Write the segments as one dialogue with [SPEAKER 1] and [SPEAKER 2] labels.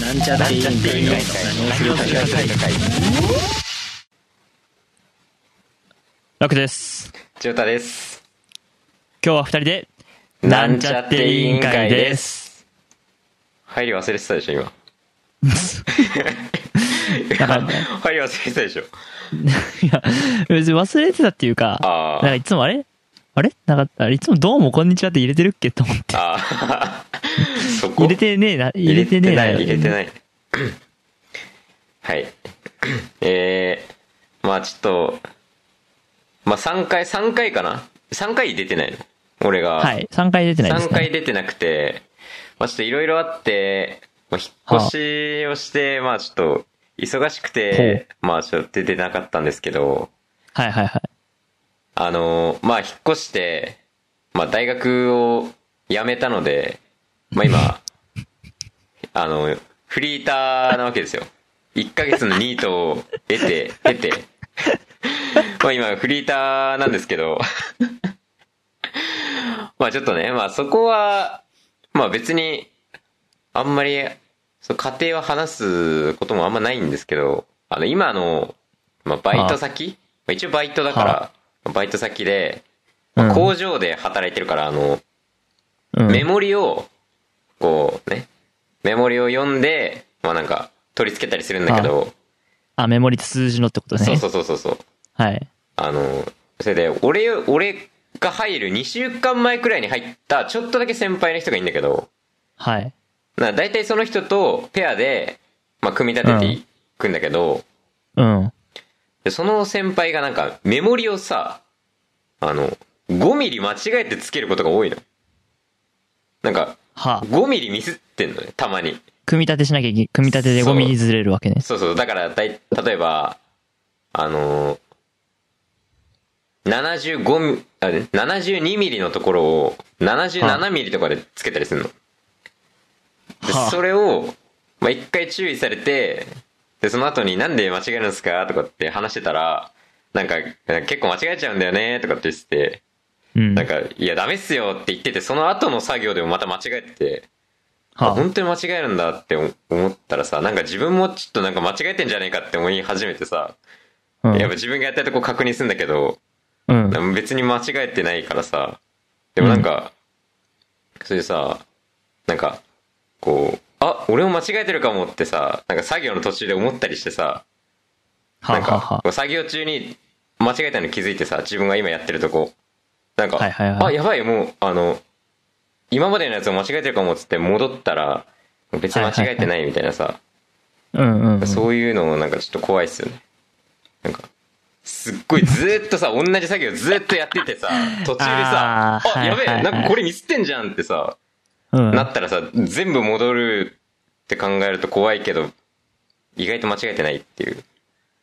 [SPEAKER 1] なんちゃって委員会の何をするか
[SPEAKER 2] 何をするか会
[SPEAKER 3] 楽です。
[SPEAKER 2] ジョータです。
[SPEAKER 3] 今日は二人で、。
[SPEAKER 2] なんちゃって委員会です入り忘れてたでしょ、今。
[SPEAKER 3] なんか
[SPEAKER 2] 入り忘れてたでしょ。
[SPEAKER 3] いや、別に忘れてたっていうか、
[SPEAKER 2] あー
[SPEAKER 3] なんかいつもあれあれなんか、あれいつもどうもこんにちはって入れてるっけと思って。
[SPEAKER 2] あー そこ
[SPEAKER 3] 入れてねえな、入
[SPEAKER 2] 入
[SPEAKER 3] れ
[SPEAKER 2] れ
[SPEAKER 3] て
[SPEAKER 2] て
[SPEAKER 3] ねえな。
[SPEAKER 2] ない、入れてない。はい。えー、まあちょっと、まあ3回、3回かな ?3 回出てないの俺が。
[SPEAKER 3] はい。3回出てないです、ね。
[SPEAKER 2] 3回出てなくて、まあちょっといろいろあって、まあ、引っ越しをして、まあちょっと、忙しくて、まあちょっと出てなかったんですけど、
[SPEAKER 3] はいはいはい。
[SPEAKER 2] あの、まあ引っ越して、まあ大学を辞めたので、まあ今、あの、フリーターなわけですよ。1ヶ月のニートを得て、得て、まあ今フリーターなんですけど、まあちょっとね、まあそこは、まあ別に、あんまり、そう家庭は話すこともあんまないんですけど、あの今の、まあバイト先、まあ、一応バイトだか
[SPEAKER 3] は
[SPEAKER 2] ら、まあバイト先で、ま
[SPEAKER 3] う
[SPEAKER 2] あ
[SPEAKER 3] ん
[SPEAKER 2] 工場で働いてるから、あの、
[SPEAKER 3] うん
[SPEAKER 2] メモリを、こうね、メモリを読んで、まあなんか、取り付けたりするんだけど、
[SPEAKER 3] あ、メモリと数字のってことね。
[SPEAKER 2] そうそうそうそうそう。
[SPEAKER 3] はい。
[SPEAKER 2] あの、それで、俺、俺が入る2週間前くらいに入った、ちょっとだけ先輩の人がいいんだけど、
[SPEAKER 3] はい。
[SPEAKER 2] な大体その人とペアで、まあ、組み立てていくんだけど、
[SPEAKER 3] うん。
[SPEAKER 2] でその先輩がなんか、メモリをさ、あの、5ミリ間違えてつけることが多いの。なんか、
[SPEAKER 3] はあ、
[SPEAKER 2] 5ミリミスってんのね、たまに。
[SPEAKER 3] 組み立てしなきゃいけ組み立てで
[SPEAKER 2] そう
[SPEAKER 3] ゴミにずれるわけね。
[SPEAKER 2] そうそう、だから、だい、例えば、あのー、75ミ、あれ、72ミリのところを、77ミリとかでつけたりするの。で
[SPEAKER 3] はあ
[SPEAKER 2] それを、まあ、一回注意されて、で、その後になんで間違えるんですかとかって話してたら、なんか、結構間違えちゃうんだよねとかって言ってて、
[SPEAKER 3] うん。
[SPEAKER 2] なんか、いや、ダメっすよって言ってて、その後の作業でもまた間違えてて、あ
[SPEAKER 3] は
[SPEAKER 2] 本当に間違えるんだって思思ったらさ、なんか自分もちょっとなんか間違えてんじゃねえかって思い始めてさ、
[SPEAKER 3] あ、うん
[SPEAKER 2] やっぱ自分がやったとこ確認するんだけど、
[SPEAKER 3] うん。
[SPEAKER 2] なんか別に間違えてないからさ、でもなんか、それでさ、なんか、こう、あ、俺も間違えてるかもってさ、なんか作業の途中で思ったりしてさ、
[SPEAKER 3] は
[SPEAKER 2] な
[SPEAKER 3] あ
[SPEAKER 2] ん
[SPEAKER 3] はあ
[SPEAKER 2] か
[SPEAKER 3] は、
[SPEAKER 2] こう作業中に間違えたのに気づいてさ、自分が今やってるとこ、なんか、
[SPEAKER 3] はいはいはい
[SPEAKER 2] あ、やばい、もう、あの、今までのやつを間違えてるかもっつって戻ったら、別に間違えてないみたいなさ、
[SPEAKER 3] あ。うんうんうん。
[SPEAKER 2] そういうのもなんかちょっと怖いっすよね。なんか、すっごいずーっとさ、同じ作業ずーっとやっててさ、途中でさ
[SPEAKER 3] あ、ー
[SPEAKER 2] あ、
[SPEAKER 3] はい
[SPEAKER 2] や
[SPEAKER 3] はい
[SPEAKER 2] べえ、なんかこれミスってんじゃんってさ、
[SPEAKER 3] うん。
[SPEAKER 2] なったらさ、全部戻るって考えると怖いけど、意外と間違えてないっていう、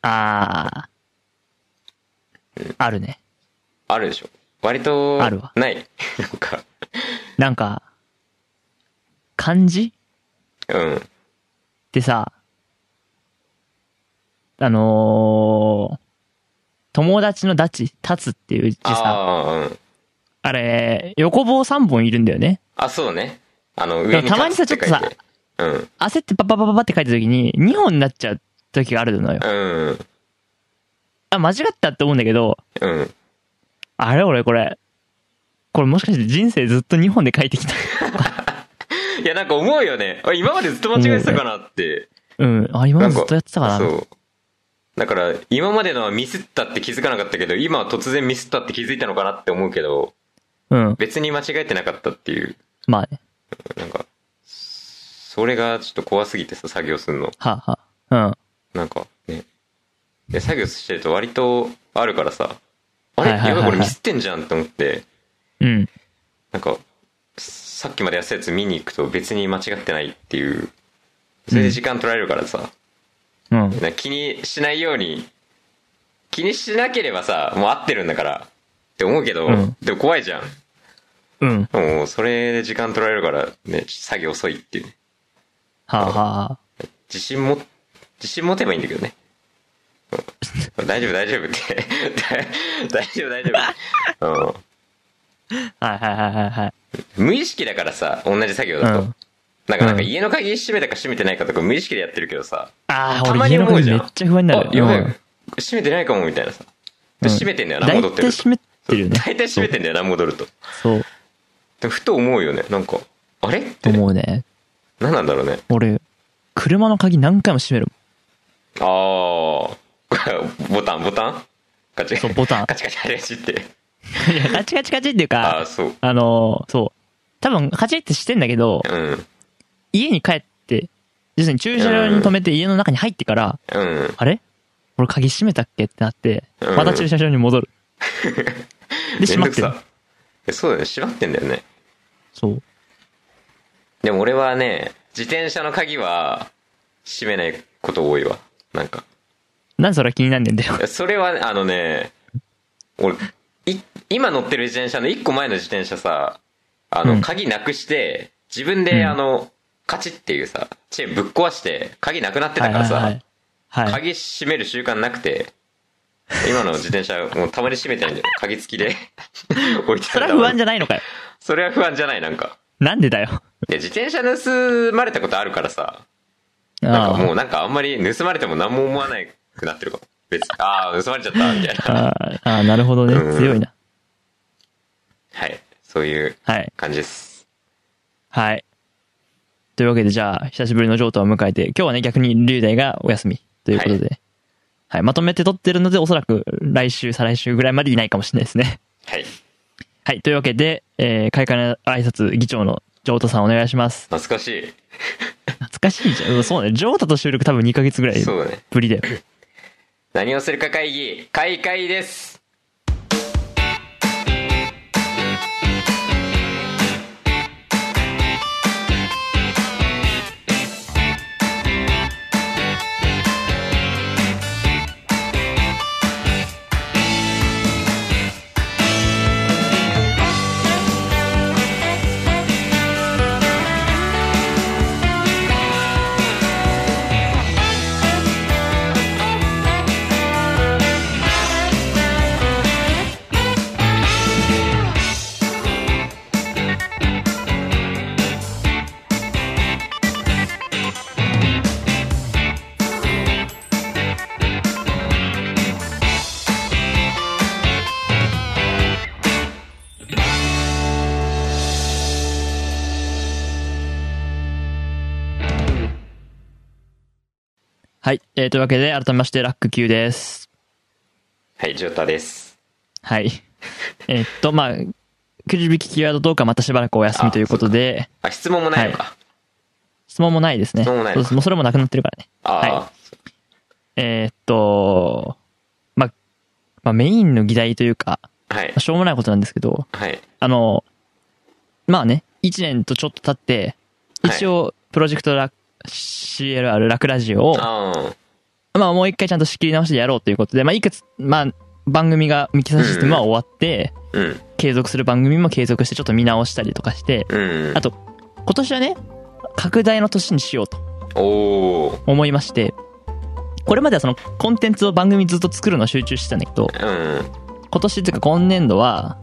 [SPEAKER 3] ああ。あるね。
[SPEAKER 2] あるでしょ。割と、
[SPEAKER 3] あるわ
[SPEAKER 2] ない。 なんか、
[SPEAKER 3] なんか、漢字
[SPEAKER 2] うん。
[SPEAKER 3] ってさ、あのー友達のダチ、立つっていう字さ、あ
[SPEAKER 2] ああ、うん。
[SPEAKER 3] れ、横棒3本いるんだよね。
[SPEAKER 2] あ、そうね。あの、上に
[SPEAKER 3] でもたまにさ
[SPEAKER 2] 立つて書いて、うん。
[SPEAKER 3] 焦ってパパパパパって書いた時に、2本になっちゃう時があるのよ。
[SPEAKER 2] うん。
[SPEAKER 3] あ、間違ったって思うんだけど、
[SPEAKER 2] うん。
[SPEAKER 3] あれ俺これ、これもしかして人生ずっと2本で書いてきた。
[SPEAKER 2] いや、なんか思うよね。あ今までずっと間違えてたかなって。
[SPEAKER 3] うん。あ、今ま
[SPEAKER 2] なん
[SPEAKER 3] で
[SPEAKER 2] か
[SPEAKER 3] ずっとやってたかな。
[SPEAKER 2] そう。だから、今までのはミスったって気づかなかったけど、今は突然ミスったって気づいたのかなって思うけど、
[SPEAKER 3] うん。
[SPEAKER 2] 別に間違えてなかったっていう、
[SPEAKER 3] まあね。
[SPEAKER 2] なんか、それがちょっと怖すぎてさ、作業するの。
[SPEAKER 3] はあ、はあ、うん。
[SPEAKER 2] なんか、ね。で、作業してると割とあるからさ、あれ
[SPEAKER 3] はいはいはい
[SPEAKER 2] や
[SPEAKER 3] は
[SPEAKER 2] ば
[SPEAKER 3] い
[SPEAKER 2] い、これミスってんじゃんって思って、
[SPEAKER 3] うん。
[SPEAKER 2] なんか、さっきまでやってたやつ見に行くと別に間違ってないっていう、それで時間取られるからさ、
[SPEAKER 3] うん。
[SPEAKER 2] な気にしないように気にしなければさもう合ってるんだからって思うけど、
[SPEAKER 3] うん
[SPEAKER 2] でも怖いじゃん
[SPEAKER 3] うん。は
[SPEAKER 2] もうそれで時間取られるからね作業遅いっていう
[SPEAKER 3] あ、はあはあ、
[SPEAKER 2] 自信も自信持てばいいんだけどねうん 大丈夫大丈夫って大丈夫大丈夫、
[SPEAKER 3] はいはいはいはいはい。
[SPEAKER 2] うん、無意識だからさ同じ作業だと、
[SPEAKER 3] うん
[SPEAKER 2] なんか、なんか
[SPEAKER 3] うん
[SPEAKER 2] 家の鍵閉めたか閉めてないかとか無意識でやってるけどさ、
[SPEAKER 3] ああ、
[SPEAKER 2] たま
[SPEAKER 3] 俺
[SPEAKER 2] に
[SPEAKER 3] 家の
[SPEAKER 2] 思う
[SPEAKER 3] 鍵
[SPEAKER 2] じ
[SPEAKER 3] め
[SPEAKER 2] ゃん
[SPEAKER 3] っちゃ不安になる
[SPEAKER 2] あ、。やばい、
[SPEAKER 3] うん
[SPEAKER 2] 閉めてないかも、みたいなさ。で、閉めてんだよな、
[SPEAKER 3] 大
[SPEAKER 2] 戻って
[SPEAKER 3] 体
[SPEAKER 2] ると。
[SPEAKER 3] 閉めてるよね。
[SPEAKER 2] 大体閉めてんだよな、戻ると。
[SPEAKER 3] そう。
[SPEAKER 2] でもふと思うよね、なんか、あれって。
[SPEAKER 3] 思うね。
[SPEAKER 2] 何なんだろうね。
[SPEAKER 3] 俺、車の鍵何回も閉めるもん。
[SPEAKER 2] ああ、 ボタン、ボタンガチ
[SPEAKER 3] そう、
[SPEAKER 2] ガチ。
[SPEAKER 3] ボタン
[SPEAKER 2] ガ。チガチガチガチって。
[SPEAKER 3] いや、カチカチカチっていう
[SPEAKER 2] あ
[SPEAKER 3] か、
[SPEAKER 2] あ、そう。
[SPEAKER 3] あのーそう。多分、カチってしてんだけど、
[SPEAKER 2] うん。
[SPEAKER 3] 家に帰って、要するに駐車場に止めて家の中に入ってから、
[SPEAKER 2] うん。
[SPEAKER 3] あれ俺鍵閉めたっけってなって、
[SPEAKER 2] うん
[SPEAKER 3] また駐車場に戻 る。で、閉まって
[SPEAKER 2] め
[SPEAKER 3] る
[SPEAKER 2] んど。くさえそうだよね、閉まってんだよね。
[SPEAKER 3] そう。
[SPEAKER 2] でも俺はね、自転車の鍵は、閉めないこと多いわ。なんか。
[SPEAKER 3] なんでそれは気になんねんだよ
[SPEAKER 2] い。やそれはね、あのね、俺、い、今乗ってる自転車の一個前の自転車さ、あ
[SPEAKER 3] う
[SPEAKER 2] の、
[SPEAKER 3] ん
[SPEAKER 2] 鍵なくして、自分で、
[SPEAKER 3] うん
[SPEAKER 2] あの、カチっていうさ、チェーンぶっ壊して、鍵なくなってたからさ、
[SPEAKER 3] はいはいはい。はい。
[SPEAKER 2] 鍵閉める習慣なくて、今の自転車、もうたまに閉めてないんだよ。鍵付 きで。置いて
[SPEAKER 3] それは不安じ
[SPEAKER 2] ゃ
[SPEAKER 3] ゃないのかよ。
[SPEAKER 2] それは不安じゃない、なんか。
[SPEAKER 3] なんでだよ。
[SPEAKER 2] いや、自転車盗まれたことあるからさ、なん
[SPEAKER 3] あ
[SPEAKER 2] かもうなんかあんまり盗まれても何も思わなくなってるかも。別に、ああ、盗まれちゃった、みたい
[SPEAKER 3] あ、
[SPEAKER 2] な。
[SPEAKER 3] あーあー、なるほどね。
[SPEAKER 2] うん
[SPEAKER 3] 強いな。
[SPEAKER 2] はい。そういう
[SPEAKER 3] はい。
[SPEAKER 2] 感じです。
[SPEAKER 3] はい。というわけで、じゃあ、久しぶりの譲渡を迎えて、今日はね、逆に龍大がお休みということで、はい、まとめて撮ってるので、おそらく来週、再来週ぐらいまでいないかもしれないですね。
[SPEAKER 2] はい。
[SPEAKER 3] はい。というわけで、えー、開会の挨拶、議長の譲渡さんお願いします。
[SPEAKER 2] 懐かし
[SPEAKER 3] 懐かしいじゃんうん。そうね。譲渡と収録多分2ヶ月ぐら
[SPEAKER 2] い。
[SPEAKER 3] い
[SPEAKER 2] そうだね。
[SPEAKER 3] ぶりだよ。
[SPEAKER 2] 何をするか会議、開会です。
[SPEAKER 3] はい。えー、というわけで、改めまして、ラック Q です。
[SPEAKER 2] はい、ジョータです。
[SPEAKER 3] はい。 えーっと、まあ、くじ引きキーワードトークはまたしばらくお休みということで、
[SPEAKER 2] あ、質問もないのか。
[SPEAKER 3] 質問もないですね。
[SPEAKER 2] 質問もない
[SPEAKER 3] そうですもうそれもなくなってるからね。
[SPEAKER 2] ああ、
[SPEAKER 3] はいえーっと、まあ、まあ、メインの議題というか、
[SPEAKER 2] はい
[SPEAKER 3] まあ。しょうもないことなんですけど、
[SPEAKER 2] はい。
[SPEAKER 3] あの、まあね、1年とちょっと経って、
[SPEAKER 2] はい
[SPEAKER 3] 一応、プロジェクトラ、CLR ラクラジオを、
[SPEAKER 2] ああ、
[SPEAKER 3] まあもう一回ちゃんと仕切り直してやろうということで、まあいくつ、まあ、番組が、ミキサーシステムは終わって、
[SPEAKER 2] うん、
[SPEAKER 3] 継続する番組も継続してちょっと見直したりとかして、
[SPEAKER 2] うん
[SPEAKER 3] あ。と、今年はね、拡大の年にしようと
[SPEAKER 2] おー、
[SPEAKER 3] 思いまして、これまではそのコンテンツを番組ずっと作るのを集中してたんだけど、
[SPEAKER 2] うん、
[SPEAKER 3] 今年っていうか今年度は、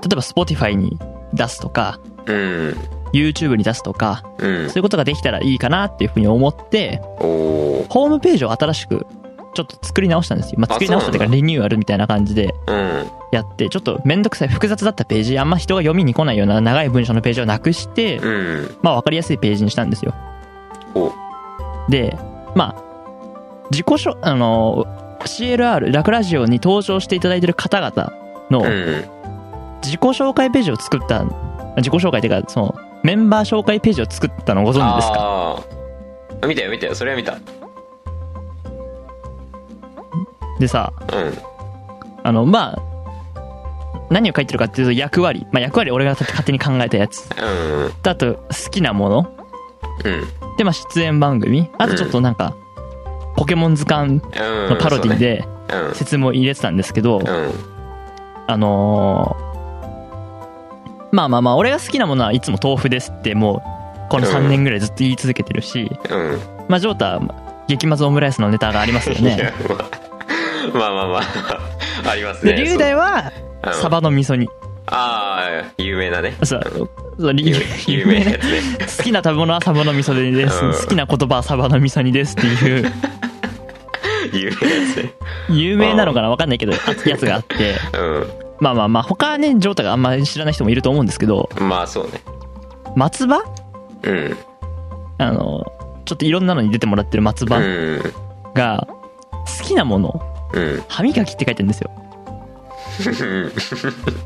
[SPEAKER 3] 例えば Spotify に出すとか、
[SPEAKER 2] うん、
[SPEAKER 3] YouTube に出すとか、
[SPEAKER 2] うん
[SPEAKER 3] そう。いうことができたらいいかなっていうふうに思って、
[SPEAKER 2] おー、
[SPEAKER 3] ホームページを新しくちょっと作り直したんですよ。まあ、
[SPEAKER 2] あ
[SPEAKER 3] 作り直したというか
[SPEAKER 2] そうなん
[SPEAKER 3] リニューアルみたいな感じで
[SPEAKER 2] うん、
[SPEAKER 3] やって、ちょっとめんどくさい複雑だったページ、あんま人が読みに来ないような長い文章のページをなくして、
[SPEAKER 2] うん。
[SPEAKER 3] まあわかりやすいページにしたんですよ。
[SPEAKER 2] お、
[SPEAKER 3] で、まあ、自己紹、あの、CLR、ラクラジオに登場していただいてる方々の
[SPEAKER 2] うん、
[SPEAKER 3] 自己紹介ページを作った、自己紹介っていうか、その、メンバー紹介ページを作ったのご存知ですか
[SPEAKER 2] ああ、見たよ、見たよ、それは見た。
[SPEAKER 3] でさ、
[SPEAKER 2] うん、
[SPEAKER 3] あの、まあ、何を書いてるかっていうと役割。まあ役割俺が勝手に考えたやつ。
[SPEAKER 2] うん、
[SPEAKER 3] であと、好きなもの。
[SPEAKER 2] うん、
[SPEAKER 3] で、まあ出演番組。あとちょっとなんか、ポケモン図鑑
[SPEAKER 2] うん。
[SPEAKER 3] のパロディで
[SPEAKER 2] そうね
[SPEAKER 3] 説明を入れてたんですけど、
[SPEAKER 2] うん、
[SPEAKER 3] あのーまあまあまあ、俺が好きなものはいつも豆腐ですって、もう、この3年ぐらいずっと言い続けてるし、
[SPEAKER 2] うん、うん。
[SPEAKER 3] まあ、ジョータ、激末オムライスのネタがありますよ
[SPEAKER 2] いや
[SPEAKER 3] ね。
[SPEAKER 2] まあまあまあまああります
[SPEAKER 3] で、
[SPEAKER 2] ね
[SPEAKER 3] 龍大は、
[SPEAKER 2] そう
[SPEAKER 3] サバの味噌煮。
[SPEAKER 2] ああ、有名なね。
[SPEAKER 3] そうそう理由
[SPEAKER 2] 有名なやつね。
[SPEAKER 3] 好きな食べ物はサバの味噌煮です、
[SPEAKER 2] うん
[SPEAKER 3] 好きな言葉はサバの味噌煮ですって いう
[SPEAKER 2] 有名なやつね。
[SPEAKER 3] 有名なのかなわかんないけどあやつがあってまあまあまあ他はねジョータがあんまり知らない人もいると思うんですけど
[SPEAKER 2] うん。まあそうね。
[SPEAKER 3] 松葉
[SPEAKER 2] うん。
[SPEAKER 3] あのちょっといろんなのに出てもらってる松
[SPEAKER 2] う
[SPEAKER 3] 葉
[SPEAKER 2] ん。
[SPEAKER 3] が好きなもの
[SPEAKER 2] うん。
[SPEAKER 3] 歯磨きって書いてるん ですよ、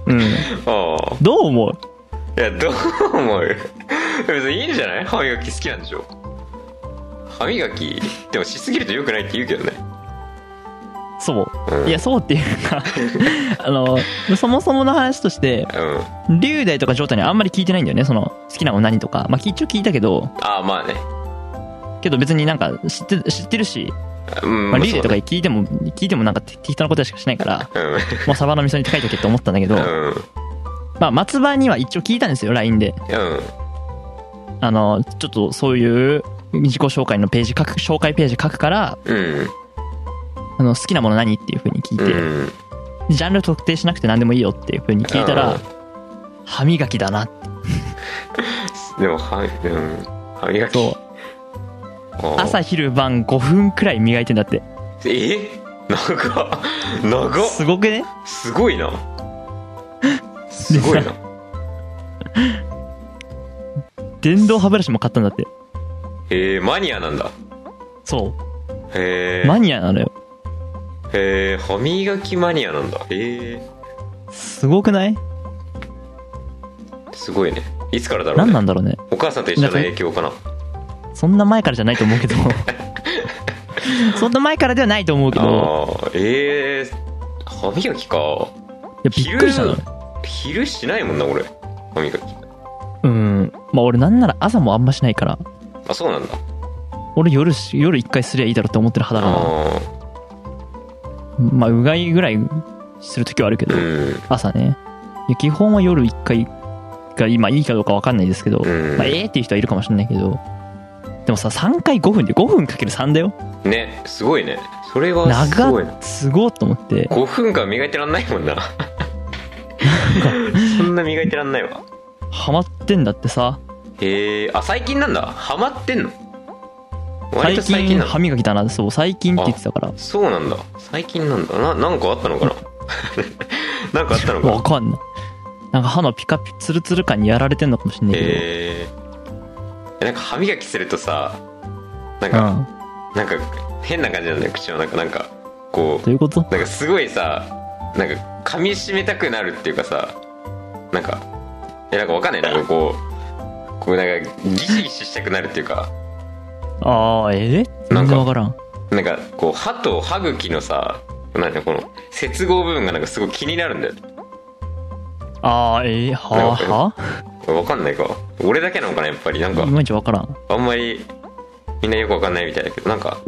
[SPEAKER 3] うん、
[SPEAKER 2] ああ。
[SPEAKER 3] どう思う
[SPEAKER 2] いや、どう思う別にいいんじゃない歯磨き好きなんでしょ歯磨きでもしすぎると良くないって言うけどね。
[SPEAKER 3] そう、
[SPEAKER 2] うん
[SPEAKER 3] いやそうっていうか あのそもそもの話として
[SPEAKER 2] うん。
[SPEAKER 3] 龍大とかジョータにはあんまり聞いてないんだよねその好きなもの何とかまあ一応聞いたけど
[SPEAKER 2] ああ、まあね。
[SPEAKER 3] けど別になんか知って知ってるし、
[SPEAKER 2] うん。
[SPEAKER 3] まあ、リーデとか
[SPEAKER 2] いい。
[SPEAKER 3] 聞いても聞いてもなんか適当なことしかしないから
[SPEAKER 2] うん。
[SPEAKER 3] もうサバの味噌煮って書いとけって思ったんだけど、
[SPEAKER 2] うん。
[SPEAKER 3] まあ松葉には一応聞いたんですよ LINE で
[SPEAKER 2] うん。
[SPEAKER 3] あのちょっとそういう自己紹介のページ書く紹介ページ書くから
[SPEAKER 2] うん。
[SPEAKER 3] あの好きなもの何っていうふうに聞いて、
[SPEAKER 2] うん。
[SPEAKER 3] ジャンル特定しなくて何でもいいよっていうふうに聞いた
[SPEAKER 2] うん
[SPEAKER 3] ら歯磨きだなって
[SPEAKER 2] でも、歯、うん。歯磨き。
[SPEAKER 3] そう
[SPEAKER 2] ああ
[SPEAKER 3] 朝昼晩5分くらい磨いてんだって
[SPEAKER 2] え 長っ長っ
[SPEAKER 3] すごくね
[SPEAKER 2] すごいな。すごいな。
[SPEAKER 3] 電動歯ブラシも買ったんだって
[SPEAKER 2] ええマニアなんだ。
[SPEAKER 3] そ
[SPEAKER 2] へ
[SPEAKER 3] う
[SPEAKER 2] え。
[SPEAKER 3] マニアなのよ
[SPEAKER 2] へえ、歯磨きマニアなんだ。へえ。
[SPEAKER 3] すごくない
[SPEAKER 2] すごいね。いつからだろう、ね、
[SPEAKER 3] 何なんだろうね
[SPEAKER 2] お母さんと一緒の影響かな。
[SPEAKER 3] そんな前からじゃないと思うけ どそんな前からではないと思うけど
[SPEAKER 2] ああ、ええ歯磨きか。
[SPEAKER 3] いやびっくりしたのよ
[SPEAKER 2] 昼しないもんな、俺。歯磨き。
[SPEAKER 3] うんまあ俺なんなら朝もあんましないから
[SPEAKER 2] あ、そうなんだ。
[SPEAKER 3] 俺夜し夜一回すりゃいいだろうって思ってる肌が
[SPEAKER 2] あ
[SPEAKER 3] まあうがいぐらいする時はあるけ
[SPEAKER 2] あ、
[SPEAKER 3] ど、
[SPEAKER 2] うん。
[SPEAKER 3] 朝ねいや基本は夜一回が今いいかどうか分かんないですけど、
[SPEAKER 2] うん
[SPEAKER 3] まあ、ええっていう人はいるかもしれないけどでもさ3回5分で5分かける3だよ
[SPEAKER 2] ね、すごいね。それはす
[SPEAKER 3] 長
[SPEAKER 2] ごい
[SPEAKER 3] っすごっと思って
[SPEAKER 2] 5分間磨いてらんないもんな。 そんな磨いてらんないわ。
[SPEAKER 3] ハマってんだってさ
[SPEAKER 2] へえあ、最近なんだ。ハマってんの
[SPEAKER 3] 最
[SPEAKER 2] 割と最
[SPEAKER 3] 近
[SPEAKER 2] 近な
[SPEAKER 3] 歯
[SPEAKER 2] の
[SPEAKER 3] 磨きだなそう最近って言ってたから
[SPEAKER 2] そうなんだ。最近なんだ。な、なんかあったのかな なんかあったのかな
[SPEAKER 3] わかんないなんか歯のピカピツルツル感にやられてんのかもしんないけど、
[SPEAKER 2] えー、なんか歯磨きするとさなん
[SPEAKER 3] う
[SPEAKER 2] か、
[SPEAKER 3] ん
[SPEAKER 2] なんか変な感じなんだよ口の中なんかこ
[SPEAKER 3] どういうこと
[SPEAKER 2] うなんかすごいさなんか噛み締めたくなるっていうかさなんかいやなんかわかんないなんかこうこうなんかギシギシしたくなるっていうか
[SPEAKER 3] ああええ
[SPEAKER 2] なんか
[SPEAKER 3] 全然わからん
[SPEAKER 2] なんかこう歯と歯茎のさなんかこの接合部分がなんかすごい気になるんだよ
[SPEAKER 3] ああええはあは
[SPEAKER 2] わかんないか俺だけなのかなやっぱりなん
[SPEAKER 3] あ
[SPEAKER 2] か
[SPEAKER 3] いまいちわからん
[SPEAKER 2] あんまりみんなよくわかんないみたいだけどなんか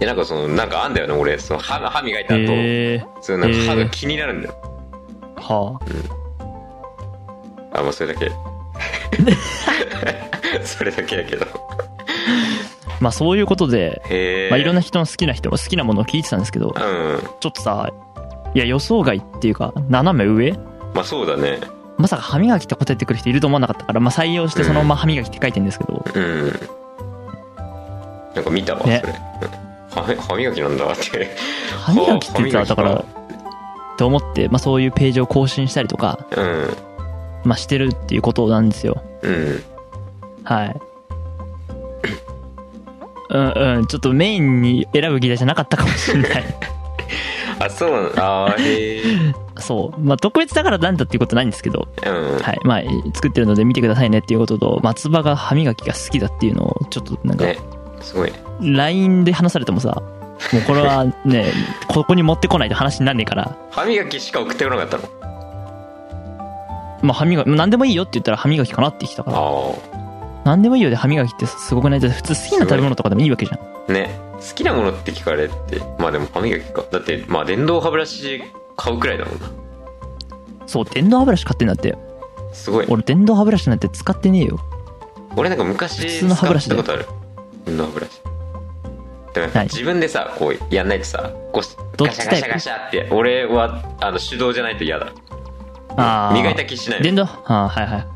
[SPEAKER 2] えなんかそのなんかあんだよね俺その歯が歯磨いた後、
[SPEAKER 3] ええ
[SPEAKER 2] そうなんか歯
[SPEAKER 3] え
[SPEAKER 2] が
[SPEAKER 3] ー
[SPEAKER 2] 気になるんだよ、
[SPEAKER 3] はあ
[SPEAKER 2] あまあそれ だけそれだけだけど
[SPEAKER 3] まあそういうことで、
[SPEAKER 2] へえ
[SPEAKER 3] まあ、いろん
[SPEAKER 2] な
[SPEAKER 3] な人の好きな人好きなものを聞いてたんですけど
[SPEAKER 2] うん
[SPEAKER 3] ちょっとさいや予想外っていうか斜め上
[SPEAKER 2] まあそうだね
[SPEAKER 3] まさか歯磨きって答えてくる人いると思わなかったから、まあ、採用してそのまま歯磨きって書いてるんですけど、
[SPEAKER 2] うんなんか見たわ、
[SPEAKER 3] ね
[SPEAKER 2] それうん歯歯磨きなんだって
[SPEAKER 3] 歯磨きって言ったら
[SPEAKER 2] 歯
[SPEAKER 3] だからって思って、まあ、そういうページを更新したりとか、
[SPEAKER 2] うん
[SPEAKER 3] まあ、してるっていうことなんですよ
[SPEAKER 2] うん
[SPEAKER 3] はい。 うんうん、ちょっとメインに選ぶ議題じゃなかったかもしれない。
[SPEAKER 2] あそ うなんあーへえ
[SPEAKER 3] そう。まあ、特別だからなんだっていうことないんですけど、
[SPEAKER 2] うん
[SPEAKER 3] はい。まあ、作ってるので見てくださいねっていうことと、松葉が歯磨きが好きだっていうのを、ちょっとなんか、
[SPEAKER 2] ねすごい
[SPEAKER 3] LINE で話されてもさ、もうこれはね、ここに持ってこないと話になんねえから、
[SPEAKER 2] 歯磨きしか送ってこなかったの
[SPEAKER 3] まあ、歯磨き、何でもいいよって言ったら歯磨きかなってきたから、
[SPEAKER 2] あ
[SPEAKER 3] 何でもいいよで歯磨きってすごくないだって普通好きな食べ物とかでもいいわけじゃん。
[SPEAKER 2] あね好きなものって聞かれてまあでも歯磨きかだってまあ電動歯ブラシ買うくらいだもんな
[SPEAKER 3] そう、電動歯ブラシ買ってんだって。
[SPEAKER 2] すごい
[SPEAKER 3] 俺、電動歯ブラシなんて使ってねえよ。
[SPEAKER 2] 俺なんか昔
[SPEAKER 3] 普通の歯ブラシ
[SPEAKER 2] 使
[SPEAKER 3] だ
[SPEAKER 2] っ
[SPEAKER 3] よ
[SPEAKER 2] たことある電動歯ブラシでもやっぱ
[SPEAKER 3] はい
[SPEAKER 2] 自分でさこうやんないとさこう
[SPEAKER 3] どっ
[SPEAKER 2] ガ
[SPEAKER 3] ち
[SPEAKER 2] シャ
[SPEAKER 3] タイプ
[SPEAKER 2] ガシャガシャって俺はあの手動じゃないと嫌だ
[SPEAKER 3] あー
[SPEAKER 2] 磨いた気しない
[SPEAKER 3] 電動あーはいはい。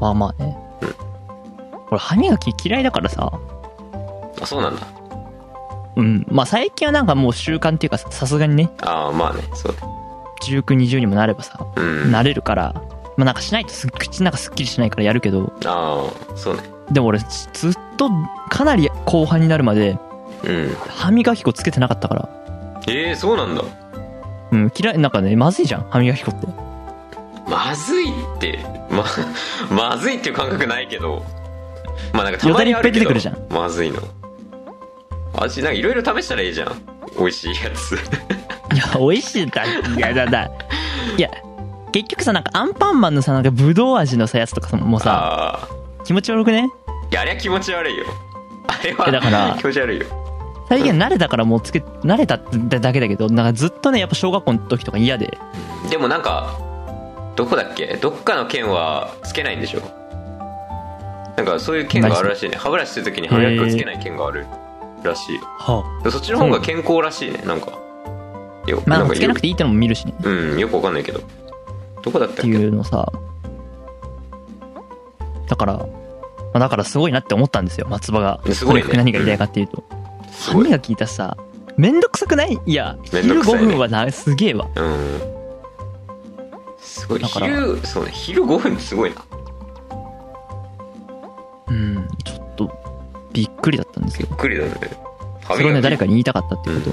[SPEAKER 3] まあまあね。俺、歯磨き嫌いだからさ。
[SPEAKER 2] あそうなんだ
[SPEAKER 3] うん。まあ最近はなんかもう習慣っていうかさ、さすがにね、
[SPEAKER 2] ああまあねそうだ
[SPEAKER 3] 19、20にもなればさ、
[SPEAKER 2] うん
[SPEAKER 3] 慣れるから、まあなんかしないとすっ口なんかすっきりしないからやるけど、
[SPEAKER 2] ああそうね
[SPEAKER 3] でも俺、ずっとかなり後半になるまで、
[SPEAKER 2] うん
[SPEAKER 3] 歯磨き粉つけてなかったから。
[SPEAKER 2] えー、そうなんだ
[SPEAKER 3] うん、嫌い、なんかね、まずいじゃん、歯磨き粉って。
[SPEAKER 2] まずいってままずいっていう感覚ないけどまあなんかた
[SPEAKER 3] よ
[SPEAKER 2] ま
[SPEAKER 3] だれ
[SPEAKER 2] に
[SPEAKER 3] いっ
[SPEAKER 2] あ
[SPEAKER 3] ぱい出
[SPEAKER 2] るけ
[SPEAKER 3] て
[SPEAKER 2] ど
[SPEAKER 3] くるじゃん
[SPEAKER 2] まずいの味なんかいろいろ試したらいいじゃん美味しいや
[SPEAKER 3] い
[SPEAKER 2] つ
[SPEAKER 3] や、美味しいだ、いやだだ。いや、結局さ、なんかアンパンマンのさ、なんかブドウ味のさ、やつとかさ、もうさ、
[SPEAKER 2] ああ
[SPEAKER 3] 気持ち悪くね
[SPEAKER 2] いやあれは気持ち悪いよあれ
[SPEAKER 3] えだか
[SPEAKER 2] は
[SPEAKER 3] ら
[SPEAKER 2] 気持ち悪いよ
[SPEAKER 3] 最近は慣れたからもうつけ、慣れたってだけだけど、なんかずっとね、やっぱ小学校の時とか嫌で、
[SPEAKER 2] でもなんかどこだっけどっかの県はつけないんでしょなんかそういう県があるらしいね歯ブラシするときに歯磨き粉つけない県があるらしいよ
[SPEAKER 3] は
[SPEAKER 2] そっちの方が健康らしいねなんかよ
[SPEAKER 3] まあな
[SPEAKER 2] ん
[SPEAKER 3] ん
[SPEAKER 2] か
[SPEAKER 3] かつけなくていいってのも見るしね、
[SPEAKER 2] うんよくわかんないけどどこだっ
[SPEAKER 3] った
[SPEAKER 2] ってけ
[SPEAKER 3] いうのさ、だから、まあだからすごいなって思ったんですよ、松葉が。
[SPEAKER 2] すごいね
[SPEAKER 3] とにかく何が言いたいかっていうと。
[SPEAKER 2] す
[SPEAKER 3] 歯
[SPEAKER 2] ごい
[SPEAKER 3] 磨きいたさ、めんどくさくないいや、
[SPEAKER 2] めんど
[SPEAKER 3] 昼
[SPEAKER 2] くさいね
[SPEAKER 3] 5分はな、すげえわ。
[SPEAKER 2] うんすごい
[SPEAKER 3] だから
[SPEAKER 2] 昼そうね昼5分すごいな
[SPEAKER 3] うん、ちょっと、びっくりだったんですけ
[SPEAKER 2] びっ
[SPEAKER 3] ど。
[SPEAKER 2] くりだね歯
[SPEAKER 3] それをね、
[SPEAKER 2] 磨
[SPEAKER 3] 誰
[SPEAKER 2] き
[SPEAKER 3] かに言いたかったっていうこ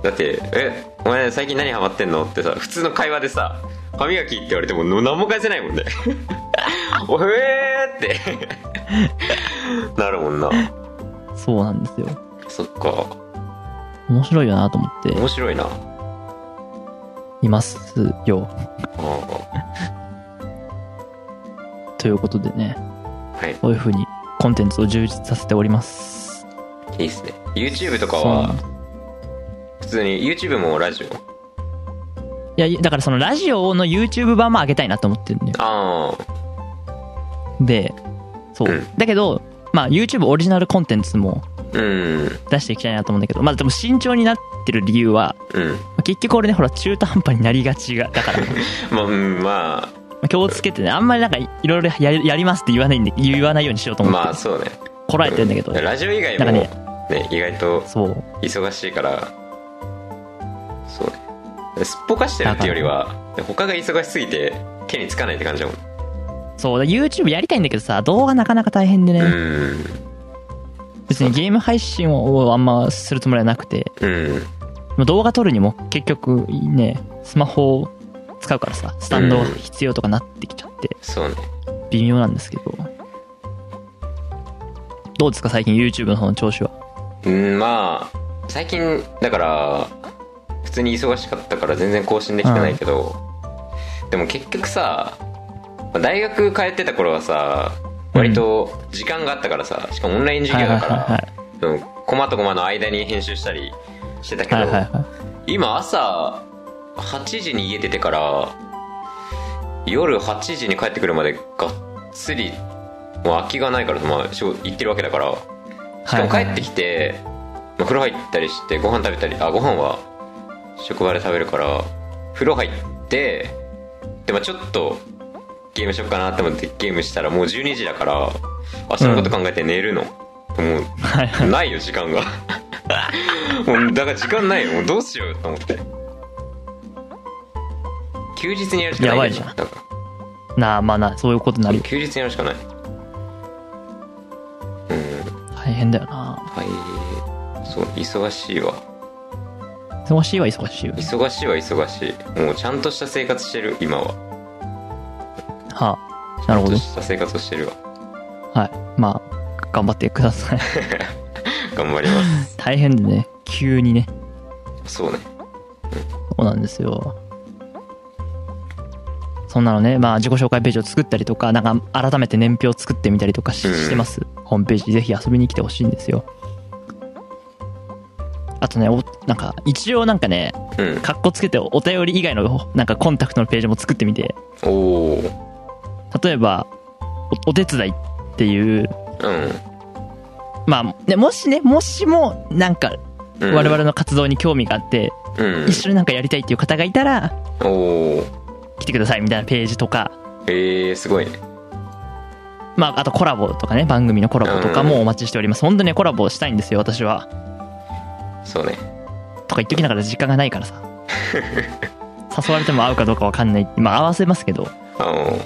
[SPEAKER 3] と。
[SPEAKER 2] だって「えお前最近何ハマってんの?」ってさ普通の会話でさ「歯磨き」って言われてもの何も返せない もんねおへーって なるもんな
[SPEAKER 3] そうなんですよ。
[SPEAKER 2] そっか
[SPEAKER 3] 面白いよなと思って
[SPEAKER 2] 面白いなあ
[SPEAKER 3] いますよ。
[SPEAKER 2] ー
[SPEAKER 3] ということでね、
[SPEAKER 2] はい
[SPEAKER 3] こういう風にコンテンツを充実させております。
[SPEAKER 2] いいっすね YouTube とか
[SPEAKER 3] そうな
[SPEAKER 2] は
[SPEAKER 3] んです
[SPEAKER 2] 普通に YouTube もラジオ
[SPEAKER 3] いや、いだからそのラジオの YouTube 版も上げたいなと思ってるんだよ。
[SPEAKER 2] ああ
[SPEAKER 3] で、そう。
[SPEAKER 2] うん
[SPEAKER 3] だけど、まあ YouTube オリジナルコンテンツも
[SPEAKER 2] うん
[SPEAKER 3] 出していきたいなと思うんだけど、まあでも慎重になってる理由は、
[SPEAKER 2] うん
[SPEAKER 3] まあ結局俺ね、ほら中途半端になりがちが、だから、ま
[SPEAKER 2] まあうんま
[SPEAKER 3] あ気をつけてね、あんまりなんかいいろいろやりやりますって言わないんで、言わないようにしようと
[SPEAKER 2] あ
[SPEAKER 3] 思
[SPEAKER 2] ま
[SPEAKER 3] っ
[SPEAKER 2] あ
[SPEAKER 3] て、
[SPEAKER 2] そうね
[SPEAKER 3] こらえてんだけど、
[SPEAKER 2] ラジオ以外
[SPEAKER 3] な
[SPEAKER 2] も
[SPEAKER 3] んか
[SPEAKER 2] ね
[SPEAKER 3] ね
[SPEAKER 2] 意外と
[SPEAKER 3] そう。
[SPEAKER 2] 忙しいからそうねすっぽかしてるっていうよりは他が忙しすぎて手につかないって感じだもん
[SPEAKER 3] そう、だ YouTube やりたいんだけどさ、動画なかなか大変でね、
[SPEAKER 2] うん
[SPEAKER 3] 別にゲーム配信をあんまするつもりはなくて、
[SPEAKER 2] うん
[SPEAKER 3] まあ動画撮るにも結局ね、スマホを使うからさ、スタンドが必要とかなってきちゃって、
[SPEAKER 2] そうね
[SPEAKER 3] 微妙なんですけど。どうですか最近 YouTube の方の調子は。
[SPEAKER 2] うんまあ最近だから普通に忙しかったから全然更新できてないけど、でも結局さまあ大学通ってた頃はさ割と時間があったからさしかもオンライン授業だか
[SPEAKER 3] はいはい
[SPEAKER 2] らそのコマとコマの間に編集したりしてたけど、
[SPEAKER 3] はいはいは
[SPEAKER 2] 今朝8時に家出てから夜8時に帰ってくるまでがっつりもう空きがないから、まあ、仕事行ってるわけだから
[SPEAKER 3] い。
[SPEAKER 2] しかも帰
[SPEAKER 3] はいはい
[SPEAKER 2] ってきて、まあ風呂入ったりしてご飯食べたりあご飯は職場で食べるから風呂入ってで、まあ、ちょっとゲームしようかなって思ってゲームしたらもう12時だから明日のこと考えて寝るの、もう
[SPEAKER 3] はいはい
[SPEAKER 2] ないよ時間がもうだから時間ないよもうどうしようと思って休日にやるしかな
[SPEAKER 3] や
[SPEAKER 2] い
[SPEAKER 3] ば
[SPEAKER 2] よ
[SPEAKER 3] いじゃん
[SPEAKER 2] だか
[SPEAKER 3] なあまあな、そういうことにな
[SPEAKER 2] ら
[SPEAKER 3] るよ。
[SPEAKER 2] 休日にやるしかない
[SPEAKER 3] 大変だよな。
[SPEAKER 2] はいそう忙しいわ
[SPEAKER 3] 忙しいは忙しいよ。
[SPEAKER 2] 忙しいは忙しいもうちゃんとした生活してる今は
[SPEAKER 3] はあ。なるほ
[SPEAKER 2] ちゃんと
[SPEAKER 3] ど。
[SPEAKER 2] した生活をしてるわ
[SPEAKER 3] はい。まあ、頑張ってくだ さい。
[SPEAKER 2] 頑張りま
[SPEAKER 3] 大変でね、急にね。
[SPEAKER 2] すそうね
[SPEAKER 3] そうなんですよ。そんなのね、まあ自己紹介ページを作ったりとか、なんか改めて年表を作ってみたりとかし
[SPEAKER 2] うん
[SPEAKER 3] してます。ホームページぜひ遊びに来てほしいんですよ。あとね、おなんか一応なんかね、
[SPEAKER 2] うん
[SPEAKER 3] カッコつけてお便り以外のなんかコンタクトのページも作ってみて、
[SPEAKER 2] おおー
[SPEAKER 3] 例えば、おお手伝いっていう
[SPEAKER 2] うん
[SPEAKER 3] まあ、でもしね、もしも、なんか、
[SPEAKER 2] うん
[SPEAKER 3] 我々の活動に興味があって、
[SPEAKER 2] うん
[SPEAKER 3] 一緒になんかやりたいっていう方がいたら、
[SPEAKER 2] おおー
[SPEAKER 3] 来てくださいみたいなページとか、
[SPEAKER 2] えー、すごいね
[SPEAKER 3] まあ、あとコラボとかね、番組のコラボとかもお待ちしております。本当にねコラボしたいんですよ、私は。
[SPEAKER 2] そうね
[SPEAKER 3] とか言っときながら時間がないからさ。 誘われても会うかどうかわかんない。まあ、合わせますけど。
[SPEAKER 2] あの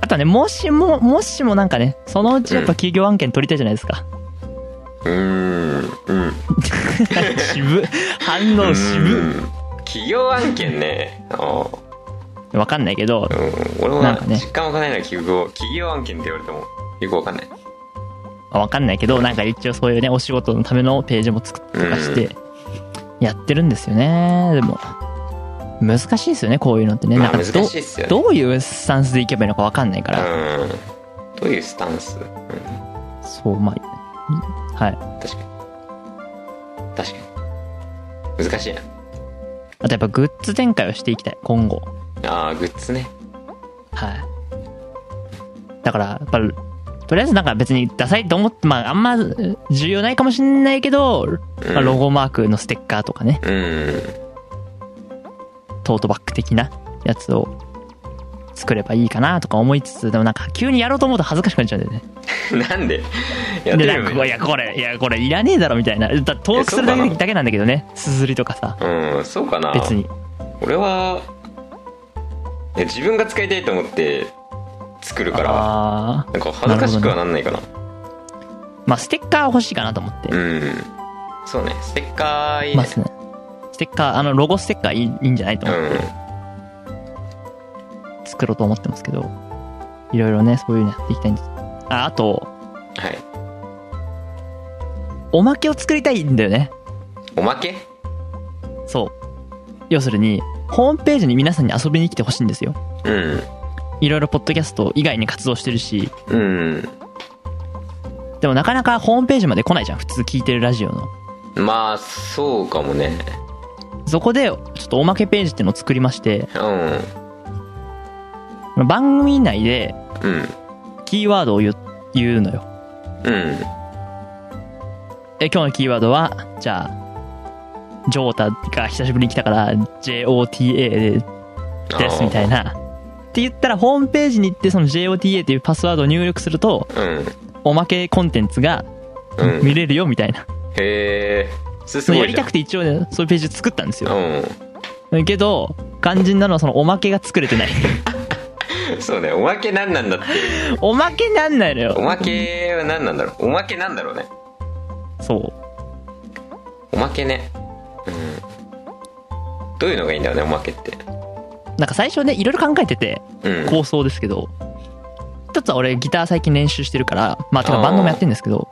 [SPEAKER 3] あとはね、もしも、もしもなんかね、そのうちやっぱ企業案件取りたいじゃないです か。
[SPEAKER 2] うーんうん
[SPEAKER 3] 渋。反応渋。
[SPEAKER 2] うん企業案件ねあー
[SPEAKER 3] わかんないけど、
[SPEAKER 2] うん俺も
[SPEAKER 3] なん
[SPEAKER 2] な
[SPEAKER 3] かね
[SPEAKER 2] 実感わかんないな企業企業案件って言われてもよくわかんない
[SPEAKER 3] わかんないけど、なんか一応そういうね、お仕事のためのページも作ったりとかして、やってるんですよね。でも、難しいですよね、こういうのってね。
[SPEAKER 2] まあ
[SPEAKER 3] なんかど
[SPEAKER 2] 難しいっすよね
[SPEAKER 3] どういうスタンスでいけばいいのかわかんないから。
[SPEAKER 2] うんどういうスタンス、うん、
[SPEAKER 3] そう、まあ、はい。
[SPEAKER 2] 確かに確かに難しいな
[SPEAKER 3] あとやっぱグッズ展開をしていきたい、今後。
[SPEAKER 2] ああグッズね
[SPEAKER 3] はい。だから、やっぱり、とりあえずなんか別にダサいと思って、まああんま重要ないかもしんないけど、まあロゴマークのステッカーとかね、
[SPEAKER 2] うん
[SPEAKER 3] トートバッグ的なやつを作ればいいかなとか思いつつ、でもなんか急にやろうと思うと恥ずかしくなっちゃうんだよね。
[SPEAKER 2] なんでやって
[SPEAKER 3] で、
[SPEAKER 2] る
[SPEAKER 3] なん
[SPEAKER 2] よ
[SPEAKER 3] か、い
[SPEAKER 2] ね
[SPEAKER 3] や、これ、いや、これいらねえだろみたいな。だから登録するだ
[SPEAKER 2] いやそ
[SPEAKER 3] け
[SPEAKER 2] うかな
[SPEAKER 3] だけなんだけどね、すずりとかさ、
[SPEAKER 2] うんそうかな
[SPEAKER 3] 別に。
[SPEAKER 2] 俺はいや自分が使いたいと思って作るから
[SPEAKER 3] あ
[SPEAKER 2] なんか恥ずかしくはなんないかな
[SPEAKER 3] ーまあステッカー欲しいかなと思って
[SPEAKER 2] うんそうねステッカーいい
[SPEAKER 3] ま
[SPEAKER 2] ね
[SPEAKER 3] すね。ステッカー、あの、ロゴステッカーいいいいんじゃないと
[SPEAKER 2] う
[SPEAKER 3] 思って。
[SPEAKER 2] ん
[SPEAKER 3] 作ろうと思ってますけど、いろいろね、そういうのやっていきたいんです。あ、あと、
[SPEAKER 2] はい
[SPEAKER 3] おまけを作りたいんだよね。
[SPEAKER 2] おまけ
[SPEAKER 3] そう。要するに、ホームページに皆さんに遊びに来てほしいんですよ。
[SPEAKER 2] うん
[SPEAKER 3] いろいろポッドキャスト以外に活動してるし、
[SPEAKER 2] うん
[SPEAKER 3] でもなかなかホームページまで来ないじゃん、普通聞いてるラジオの。
[SPEAKER 2] まあそうかもね
[SPEAKER 3] そこで、ちょっとおまけページっていうのを作りまして、
[SPEAKER 2] うん
[SPEAKER 3] 番組内で
[SPEAKER 2] うん
[SPEAKER 3] キーワードを言う言うのよ。
[SPEAKER 2] うん
[SPEAKER 3] え、今日のキーワードは、じゃあ、ジョータが久しぶりに来たから、JOTA でですみたいな。って言ったら、ホームページに行って、その JOTA っていうパスワードを入力すると、
[SPEAKER 2] うん
[SPEAKER 3] おまけコンテンツが
[SPEAKER 2] うん
[SPEAKER 3] 見れるよみたいな。
[SPEAKER 2] へえすす
[SPEAKER 3] その
[SPEAKER 2] ご
[SPEAKER 3] や
[SPEAKER 2] い
[SPEAKER 3] り
[SPEAKER 2] じゃ
[SPEAKER 3] た
[SPEAKER 2] ん
[SPEAKER 3] くて一応ね、そういうページ作ったんですよ。
[SPEAKER 2] う
[SPEAKER 3] けど、肝心なのはそのおまけが作れ てない。
[SPEAKER 2] んそうねおまけ何なんだって
[SPEAKER 3] おまけなんないの
[SPEAKER 2] お
[SPEAKER 3] よ。
[SPEAKER 2] まけは何なんだろうおまけなんだろうね
[SPEAKER 3] そう。
[SPEAKER 2] おまけねうんどういうのがいいんだろうねおまけって
[SPEAKER 3] なんか最初ね、いろいろ考えてて、
[SPEAKER 2] うん
[SPEAKER 3] 構想ですけど、一つは俺ギター最近練習してるから、まあ、てかバンドもやってるんですけど、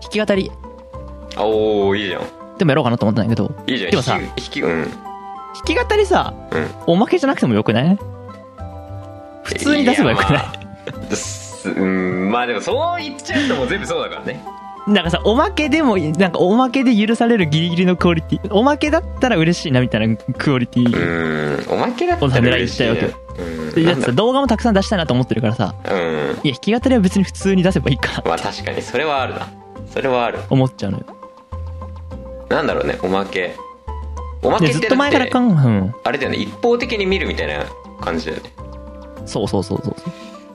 [SPEAKER 3] 弾き語り
[SPEAKER 2] あおおいいじゃん
[SPEAKER 3] でもやろうかなと思ったんだけど、
[SPEAKER 2] いいじゃん
[SPEAKER 3] でもさ
[SPEAKER 2] 引き引きうん
[SPEAKER 3] 弾き語りさ、
[SPEAKER 2] うん
[SPEAKER 3] おまけじゃなくてもよくない普通に出せばよくない
[SPEAKER 2] やまあすうんまあでもそう言っちゃうともう全部そうだからね
[SPEAKER 3] なんかさ、おまけでもいい、なんかおまけで許されるギリギリのクオリティ。おまけだったら嬉しいなみたいなクオリティ。
[SPEAKER 2] うんおまけだったら嬉しい、ね、
[SPEAKER 3] お侍行っ
[SPEAKER 2] うん
[SPEAKER 3] で
[SPEAKER 2] な
[SPEAKER 3] だって
[SPEAKER 2] んだ
[SPEAKER 3] さ、動画もたくさん出したいなと思ってるからさ、
[SPEAKER 2] う
[SPEAKER 3] い
[SPEAKER 2] ん
[SPEAKER 3] や、弾き語りは別に普通に出せばいいかな、
[SPEAKER 2] まあ確かにそれはあるなそれはある
[SPEAKER 3] 思っちゃうのよ。
[SPEAKER 2] なんだろうねおまけおまけっ
[SPEAKER 3] で、
[SPEAKER 2] て
[SPEAKER 3] ずっ
[SPEAKER 2] だ
[SPEAKER 3] と
[SPEAKER 2] て
[SPEAKER 3] 前からかん、うん。
[SPEAKER 2] あれだよね一方的に見るみたいな感じだよね
[SPEAKER 3] そうそうそうそう。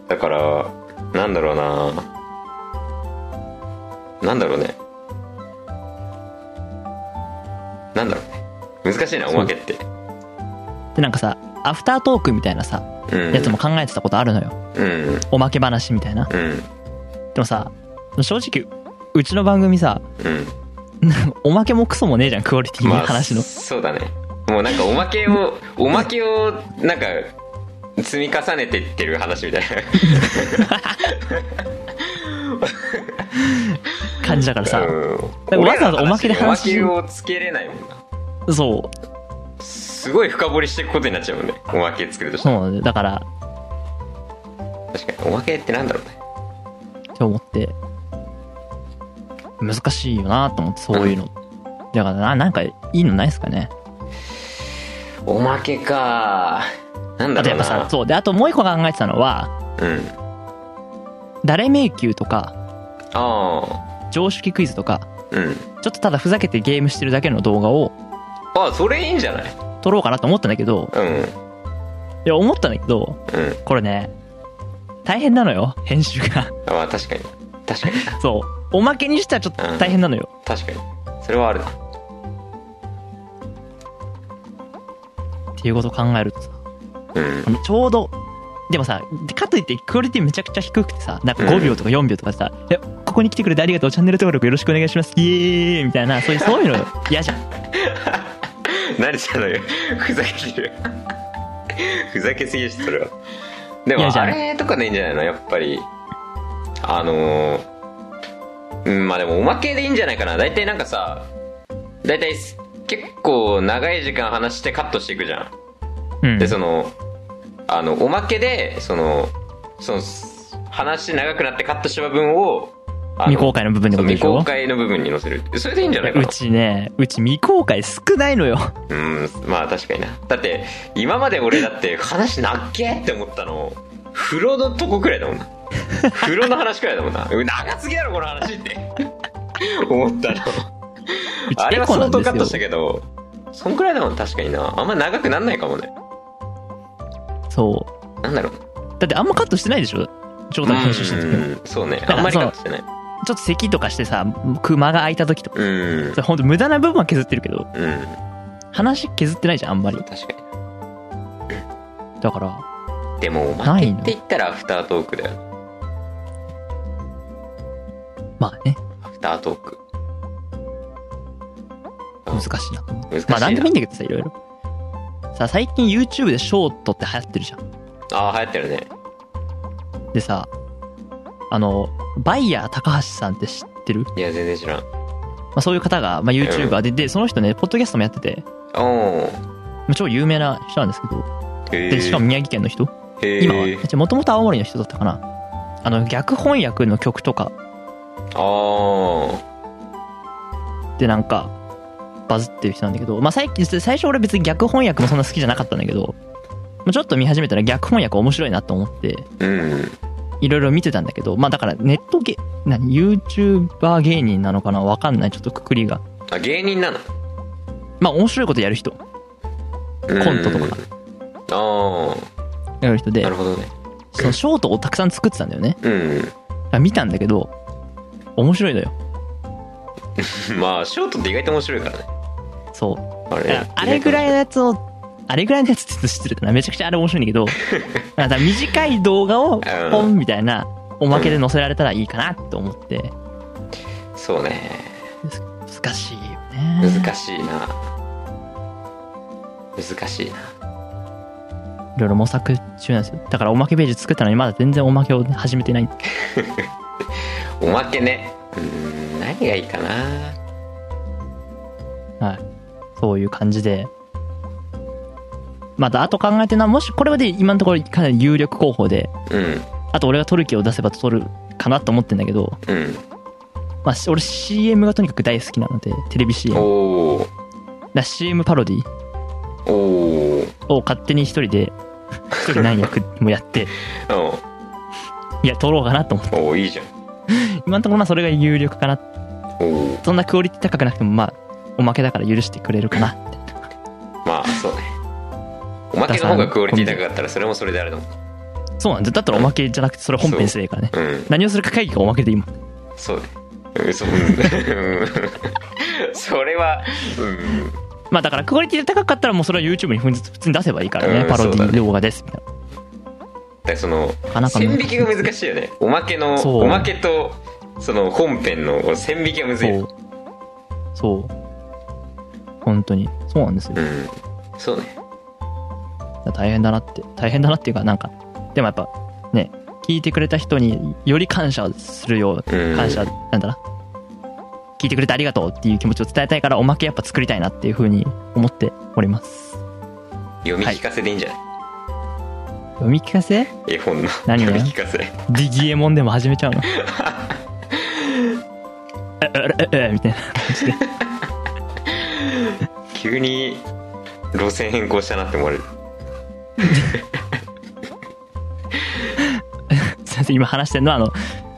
[SPEAKER 2] だからなんだろうななんだろうねなんだろうね難しいなおまけって
[SPEAKER 3] で、なんかさ、アフタートークみたいなさ、
[SPEAKER 2] うん
[SPEAKER 3] やつも考えてたことあるのよ。
[SPEAKER 2] うん
[SPEAKER 3] おまけ話みたいな。
[SPEAKER 2] うん
[SPEAKER 3] でもさ、正直、うちの番組さ、
[SPEAKER 2] うん
[SPEAKER 3] おまけもクソもねえじゃん、クオリティの話の。
[SPEAKER 2] そうだねもうなんかおまけをおまけをなんか積み重ねてってる話みたい
[SPEAKER 3] 感じだから
[SPEAKER 2] な、
[SPEAKER 3] さ、
[SPEAKER 2] うん、
[SPEAKER 3] わざわざおまけで話
[SPEAKER 2] 俺らのにおまけをつけれないもんな
[SPEAKER 3] そう、
[SPEAKER 2] すごい深掘りしていくことになっちゃうもんねおまけ作るとした
[SPEAKER 3] そう
[SPEAKER 2] ら
[SPEAKER 3] なんだよだから、
[SPEAKER 2] 確かにおまけってなんだろうね
[SPEAKER 3] って思って、難しいよなと思って、そういうの。だからな、なんかいいのないですかね。
[SPEAKER 2] おまけかなんだ
[SPEAKER 3] あと
[SPEAKER 2] ろ
[SPEAKER 3] や
[SPEAKER 2] う
[SPEAKER 3] っぱ
[SPEAKER 2] な
[SPEAKER 3] さ、そう。で、あともう一個考えてたのは、
[SPEAKER 2] うん
[SPEAKER 3] 誰迷宮とか、
[SPEAKER 2] あ
[SPEAKER 3] 常識クイズとか、
[SPEAKER 2] あ、う
[SPEAKER 3] ちょ
[SPEAKER 2] ん。
[SPEAKER 3] っとただふざけてゲームしてるだけの動画を
[SPEAKER 2] ああ、それいいんじゃない
[SPEAKER 3] 撮ろうかなと思ったんだけど、
[SPEAKER 2] うん。
[SPEAKER 3] いや、思ったんだけど、
[SPEAKER 2] うん。
[SPEAKER 3] これね、大変なのよ、編集が。
[SPEAKER 2] あまあ、確かに。確かに。
[SPEAKER 3] そう。おまけにしてはちょっと大変なのよ。
[SPEAKER 2] 確かに。それはあるな。
[SPEAKER 3] っていうことを考えるとさ、
[SPEAKER 2] うん。
[SPEAKER 3] ちょうど、でもさ、かといってクオリティめちゃくちゃ低くてさ、なんか5秒とか4秒とかさ、いやここに来てくれてありがとう、チャンネル登録よろしくお願いします、イエーイみたいな、そういう、そういうの嫌じゃん。
[SPEAKER 2] 何それ ふざけてる ふざけすぎでしょそれはで
[SPEAKER 3] い
[SPEAKER 2] も
[SPEAKER 3] やじゃ
[SPEAKER 2] あ
[SPEAKER 3] あ
[SPEAKER 2] れとかでいいんじゃないのやっぱりあのーうんまあでもおまけでいいんじゃないかな大体なんかさ大体す結構長い時間話してカットしていくじゃん
[SPEAKER 3] うん。
[SPEAKER 2] でそのあのおまけでそのそのす話長くなってカットした分をあの
[SPEAKER 3] 未公開の部分って
[SPEAKER 2] そ
[SPEAKER 3] こ
[SPEAKER 2] う
[SPEAKER 3] とで
[SPEAKER 2] 未
[SPEAKER 3] しょ
[SPEAKER 2] 公開の部分に載せるそれでいいんじゃないかな
[SPEAKER 3] うちね、うち未公開少ないのよ。
[SPEAKER 2] うんまあ確かになだって今まで俺だって話なっけって思ったの風呂のとこくらいだもんな風呂の話くらいだもんなうん長すぎやろこの話って思ったの
[SPEAKER 3] うち
[SPEAKER 2] あれ
[SPEAKER 3] エ
[SPEAKER 2] は
[SPEAKER 3] コな
[SPEAKER 2] 相
[SPEAKER 3] んです
[SPEAKER 2] 当
[SPEAKER 3] よ
[SPEAKER 2] カットしたけどそんくらいだもん確かになあんま長くなんないかもね
[SPEAKER 3] そ
[SPEAKER 2] なんだろう
[SPEAKER 3] う。だってあんまカットしてないでしょ冗談編集してる時もちょ
[SPEAKER 2] うんそうね
[SPEAKER 3] だから
[SPEAKER 2] あんまりカットしてない
[SPEAKER 3] っと咳とかしてさ、間が空いた時とか。
[SPEAKER 2] うん
[SPEAKER 3] それほんと無駄な部分は削ってるけど、
[SPEAKER 2] うん
[SPEAKER 3] 話削ってないじゃん、あんまり。
[SPEAKER 2] 確かに
[SPEAKER 3] だから、
[SPEAKER 2] でもおまけって言ったらアフタートークだよ
[SPEAKER 3] まあね、
[SPEAKER 2] アフタートーク
[SPEAKER 3] 難しいなと思う。
[SPEAKER 2] 難しいな
[SPEAKER 3] まあなんでもいいんだけどさ、いろいろ。さ、最近 YouTube でショートって流行ってるじゃん。
[SPEAKER 2] ああ流行ってるね
[SPEAKER 3] でさ、あの、バイヤー高橋さんって知ってる
[SPEAKER 2] いや全然知らん
[SPEAKER 3] まあそういう方が、まあ YouTuber で、で、その人ね、ポッドキャストもやってて、ま
[SPEAKER 2] お
[SPEAKER 3] あ超有名な人なんですけど、
[SPEAKER 2] ーへ
[SPEAKER 3] で、しかも宮城県の人
[SPEAKER 2] え
[SPEAKER 3] 今は、じゃもともと青森の人だったかな。あの、逆翻訳の曲とか
[SPEAKER 2] あ
[SPEAKER 3] でなんか、バズってる人なんだけど、まあ最近、最初俺別に逆翻訳もそんな好きじゃなかったんだけど、まあちょっと見始めたら逆翻訳面白いなと思って、
[SPEAKER 2] あうん
[SPEAKER 3] いろいろ見てたんだけど、まあだからネットゲ、何、YouTuber 芸人なのかなわかんない、ちょっとくくりが。
[SPEAKER 2] あ芸人なの
[SPEAKER 3] まあ面白いことやる人、コントとか
[SPEAKER 2] あ
[SPEAKER 3] やる人
[SPEAKER 2] あ
[SPEAKER 3] で
[SPEAKER 2] なる、ほどね
[SPEAKER 3] そのショートをたくさん作ってたんだよね。
[SPEAKER 2] う
[SPEAKER 3] だから見たんだけど、面白いのよ。
[SPEAKER 2] んまあショートって意外と面白いからね
[SPEAKER 3] そう。
[SPEAKER 2] あ
[SPEAKER 3] だからあれぐらいのやつを、あれぐらいのやつって言うと失礼だな。めちゃくちゃあれ面白いんだけ ど、なんか短い動画を
[SPEAKER 2] ん
[SPEAKER 3] ポンみたいな、おまけで載せられたらいいかなと思って、
[SPEAKER 2] そうね
[SPEAKER 3] 難しいよね。
[SPEAKER 2] 難しいな難しいない
[SPEAKER 3] ろいろ模索中なんですよ。だからおまけページ作ったのにまだ全然おまけを始めてない。
[SPEAKER 2] おまけねうん何がいいかな
[SPEAKER 3] はい。そういう感じで。また後考えてるのは、もしこれで今のところかなり有力候補で、
[SPEAKER 2] うん
[SPEAKER 3] あと俺がトルキを出せば取るかなと思ってんだけど、
[SPEAKER 2] うん
[SPEAKER 3] まあし俺 CM がとにかく大好きなので、テレビ CM。だか
[SPEAKER 2] おー
[SPEAKER 3] ら CM パロディ
[SPEAKER 2] おー
[SPEAKER 3] を勝手に一人で一人何役もやって
[SPEAKER 2] うん
[SPEAKER 3] いや撮ろうかなと思って
[SPEAKER 2] おーいいじゃん
[SPEAKER 3] 今のところまあそれが有力かな
[SPEAKER 2] おお
[SPEAKER 3] そんなクオリティ高くなくてもまあおまけだから許してくれるかなって
[SPEAKER 2] まあそうねおまけの方がクオリティ高かったらそれもそれであるの
[SPEAKER 3] そうなんですだったらおまけじゃなくてそれ本編すればいいからね
[SPEAKER 2] うん
[SPEAKER 3] 何をするか会議がおまけで今
[SPEAKER 2] そうね。うん、そう。うんそれは、うん。
[SPEAKER 3] まあだからクオリティが高かったらもうそれは YouTube に普通に出せばいいからね、
[SPEAKER 2] うん
[SPEAKER 3] パロデ
[SPEAKER 2] そう
[SPEAKER 3] ィ
[SPEAKER 2] だね
[SPEAKER 3] 動画ですみたい
[SPEAKER 2] だからその
[SPEAKER 3] なかな、か
[SPEAKER 2] 線
[SPEAKER 3] 難
[SPEAKER 2] 引
[SPEAKER 3] しい
[SPEAKER 2] きが難しいよね。おまけの、
[SPEAKER 3] そう
[SPEAKER 2] おまけと、その本編の線引きがむずい。
[SPEAKER 3] そううそう本当にそうなんですよ
[SPEAKER 2] ん。そうね。
[SPEAKER 3] 大変だなって大変だなっていうかなんかでもやっぱね聞いてくれた人により感謝するよう
[SPEAKER 2] うん
[SPEAKER 3] 感謝なんだな聞いてくれてありがとうっていう気持ちを伝えたいからおまけやっぱ作りたいなっていうふうに思っております
[SPEAKER 2] 読み聞かせでいいんじゃない、
[SPEAKER 3] 読み聞かせ
[SPEAKER 2] 絵本の。
[SPEAKER 3] 何が
[SPEAKER 2] 読み聞かせ。
[SPEAKER 3] ディギエモンでも始めちゃうのええええみたいな
[SPEAKER 2] 急に、路線変更したなって思われる。
[SPEAKER 3] すいません今話してるのはあの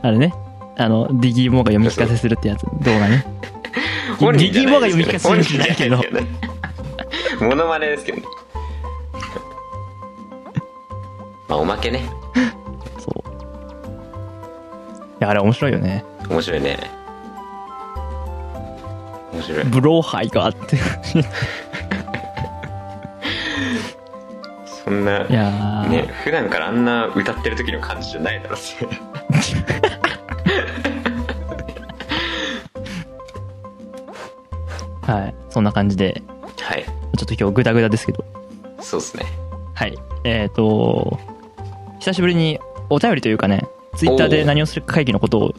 [SPEAKER 3] あれねあの、ディギーモーが読み聞かせするってやつ、動画ね。
[SPEAKER 2] 本人じゃない
[SPEAKER 3] ディギーモーが読み聞
[SPEAKER 2] で
[SPEAKER 3] か
[SPEAKER 2] す
[SPEAKER 3] せ
[SPEAKER 2] けど
[SPEAKER 3] る
[SPEAKER 2] ね
[SPEAKER 3] んじゃないけど
[SPEAKER 2] 本人じゃないけどねモノマネで すけどねまあおまけね
[SPEAKER 3] そう。いや、あれ面白いよね。
[SPEAKER 2] 面白いね面白い
[SPEAKER 3] ブローハイがあって。
[SPEAKER 2] そんない
[SPEAKER 3] やー、
[SPEAKER 2] ね普段からあんな歌ってる時の感じじゃないだろうし
[SPEAKER 3] はい。そんな感じで、
[SPEAKER 2] はい
[SPEAKER 3] ちょっと今日グダグダですけど。
[SPEAKER 2] そうですね
[SPEAKER 3] はい。えっ、と、久しぶりにお便りというかね、ツイッターで何をするか会議のことを、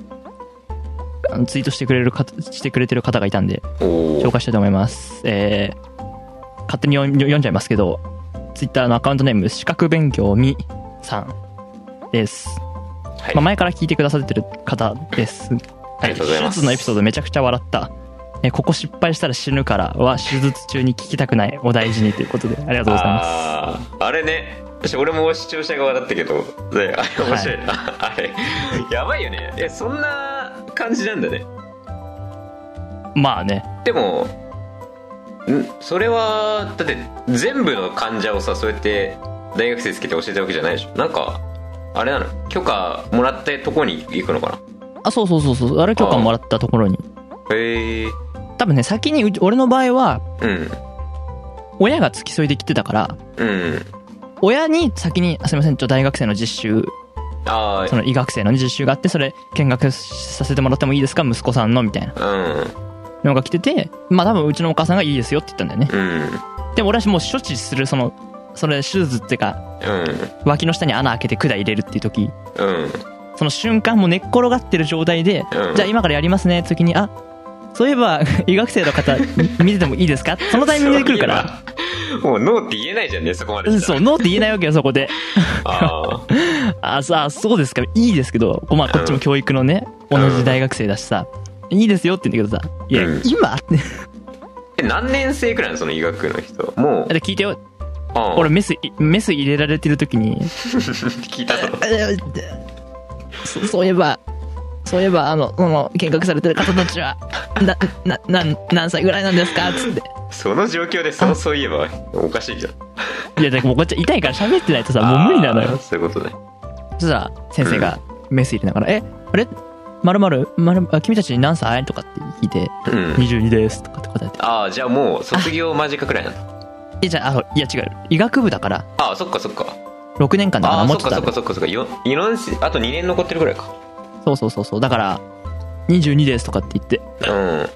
[SPEAKER 3] あのツイートしてくれるか、してくれてる方がいたんで、
[SPEAKER 2] おお
[SPEAKER 3] 紹介したいと思います。えー勝手に読ん読んじゃいますけど、ツイッターのアカウントネーム、資格勉強みさんです。
[SPEAKER 2] はい、
[SPEAKER 3] まあ、前から聞いてくださってる方です。
[SPEAKER 2] ありがとうございま
[SPEAKER 3] 手
[SPEAKER 2] す
[SPEAKER 3] 術のエピソードめちゃくちゃ笑った。えここ失敗したら死ぬからは手術中に聞きたくないお大事にということでありがとうございます。
[SPEAKER 2] あーあれね私俺も視聴者側だったけどねあれ面白いな、 あれやばいよねえそんな感じなんだね
[SPEAKER 3] まあね。
[SPEAKER 2] でもんそれはだって全部の患者をさそうやって大学生つけて教えたわけじゃないでしょなんかあれなの許可もらったとこに行くのか
[SPEAKER 3] あ、そうそうそうそう。あれ許可もらったところに。
[SPEAKER 2] なへえ
[SPEAKER 3] 多分ね、先にうち、俺の場合は、
[SPEAKER 2] うん
[SPEAKER 3] 親が付き添いで来てたから、
[SPEAKER 2] うん
[SPEAKER 3] 親に先に、あすいません、ちょ、大学生の実習、
[SPEAKER 2] あ
[SPEAKER 3] その医学生の実習があって、それ見学させてもらってもいいですか息子さんのみたいな
[SPEAKER 2] あ
[SPEAKER 3] のが来てて、まあ多分うちのお母さんがいいですよって言ったんだよね。
[SPEAKER 2] うんうん
[SPEAKER 3] でも俺はもう処置する、その、それ手術っていうか、脇の下に穴開けて管入れるっていう時、
[SPEAKER 2] うんうん
[SPEAKER 3] その瞬間もう寝っ転がってる状態で、
[SPEAKER 2] うん
[SPEAKER 3] じゃあ今からやりますねって時に、あ、そういえば 医学生の方見ててもいいですかそのタイミングで来るから。
[SPEAKER 2] そういえば もうノーって言えないじゃんねそこまで
[SPEAKER 3] うん
[SPEAKER 2] 来た
[SPEAKER 3] そ
[SPEAKER 2] ら
[SPEAKER 3] う、ノーって言えないわけよ、そこで。
[SPEAKER 2] あー
[SPEAKER 3] あ、さあ、そうですか。いいですけど、こまあ、こっちも教育のね、
[SPEAKER 2] ん
[SPEAKER 3] 同じ大学生だしさ、いいですよって言うんだけどさ、いや、
[SPEAKER 2] うん
[SPEAKER 3] 今って。
[SPEAKER 2] え何年生くらいなのその医学の人もう
[SPEAKER 3] で、聞いてよ。
[SPEAKER 2] あー
[SPEAKER 3] 俺、メス、メス入れられてる時に、
[SPEAKER 2] 聞いたぞ
[SPEAKER 3] えーでそそういえば、そういえば、あの、その、見学されてる方たちは、な、な、な、何歳ぐらいなんですかつって。
[SPEAKER 2] その状況でそうそういえばおかしいじゃん
[SPEAKER 3] いや、だからもうこっちは痛いから喋ってないとさ、もう無理なの
[SPEAKER 2] あー
[SPEAKER 3] よ。
[SPEAKER 2] そういうことね
[SPEAKER 3] そしたら、先生がメス入れながら、え、あれまるまる、まる、あ君たち何歳とかって聞いて、
[SPEAKER 2] うん
[SPEAKER 3] 22ですとかって答えて。
[SPEAKER 2] ああじゃあもう卒業間近くらいなんだ
[SPEAKER 3] えじゃああのいや違う医学部だから
[SPEAKER 2] ああそっかそっか
[SPEAKER 3] 6年間だか
[SPEAKER 2] あ
[SPEAKER 3] ら
[SPEAKER 2] あ
[SPEAKER 3] も
[SPEAKER 2] そっ
[SPEAKER 3] っとだ
[SPEAKER 2] かそっかそっかそっかよ四年生あと2年残ってるぐらいか
[SPEAKER 3] そうそうそうそうだから22ですとかって言って
[SPEAKER 2] うん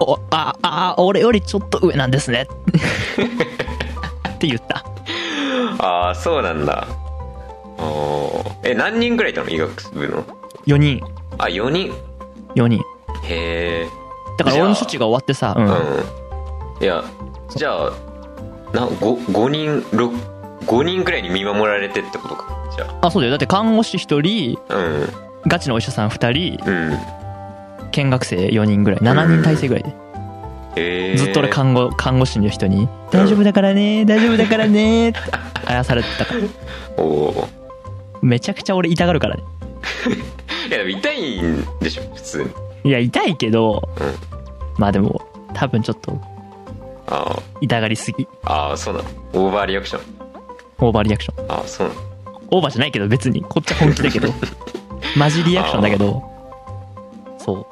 [SPEAKER 3] おああ俺よりちょっと上なんですねって言った
[SPEAKER 2] ああそうなんだおーえ何人ぐらいいたの医学部の
[SPEAKER 3] 4人
[SPEAKER 2] あ4人
[SPEAKER 3] 4人
[SPEAKER 2] へえ
[SPEAKER 3] だから
[SPEAKER 2] じゃあ
[SPEAKER 3] 俺の処置が終わってさ、うん
[SPEAKER 2] うんいやじゃあな 5, 五人5人くらいに見守られてってことかじゃ
[SPEAKER 3] あそうだよだって看護師1人
[SPEAKER 2] あうん
[SPEAKER 3] ガチのお医者さん2人
[SPEAKER 2] うん
[SPEAKER 3] 見学生4人ぐらい7人体制ぐらいで、
[SPEAKER 2] へえ
[SPEAKER 3] ずっと俺看護看護師の人に「大丈夫だからね大丈夫だからね」ってあやされてたから
[SPEAKER 2] おお
[SPEAKER 3] めちゃくちゃ俺痛がるからね
[SPEAKER 2] いやでも痛いんでしょ普通に
[SPEAKER 3] いや痛いけど、
[SPEAKER 2] うん
[SPEAKER 3] まあでも多分ちょっと
[SPEAKER 2] あ
[SPEAKER 3] 痛がりすぎ
[SPEAKER 2] あああそうなのオーバーリアクション
[SPEAKER 3] オーバーリアクション
[SPEAKER 2] ああそうなの
[SPEAKER 3] オーバーじゃないけど別にこっちは本気だけ どマジリアクションだけどそう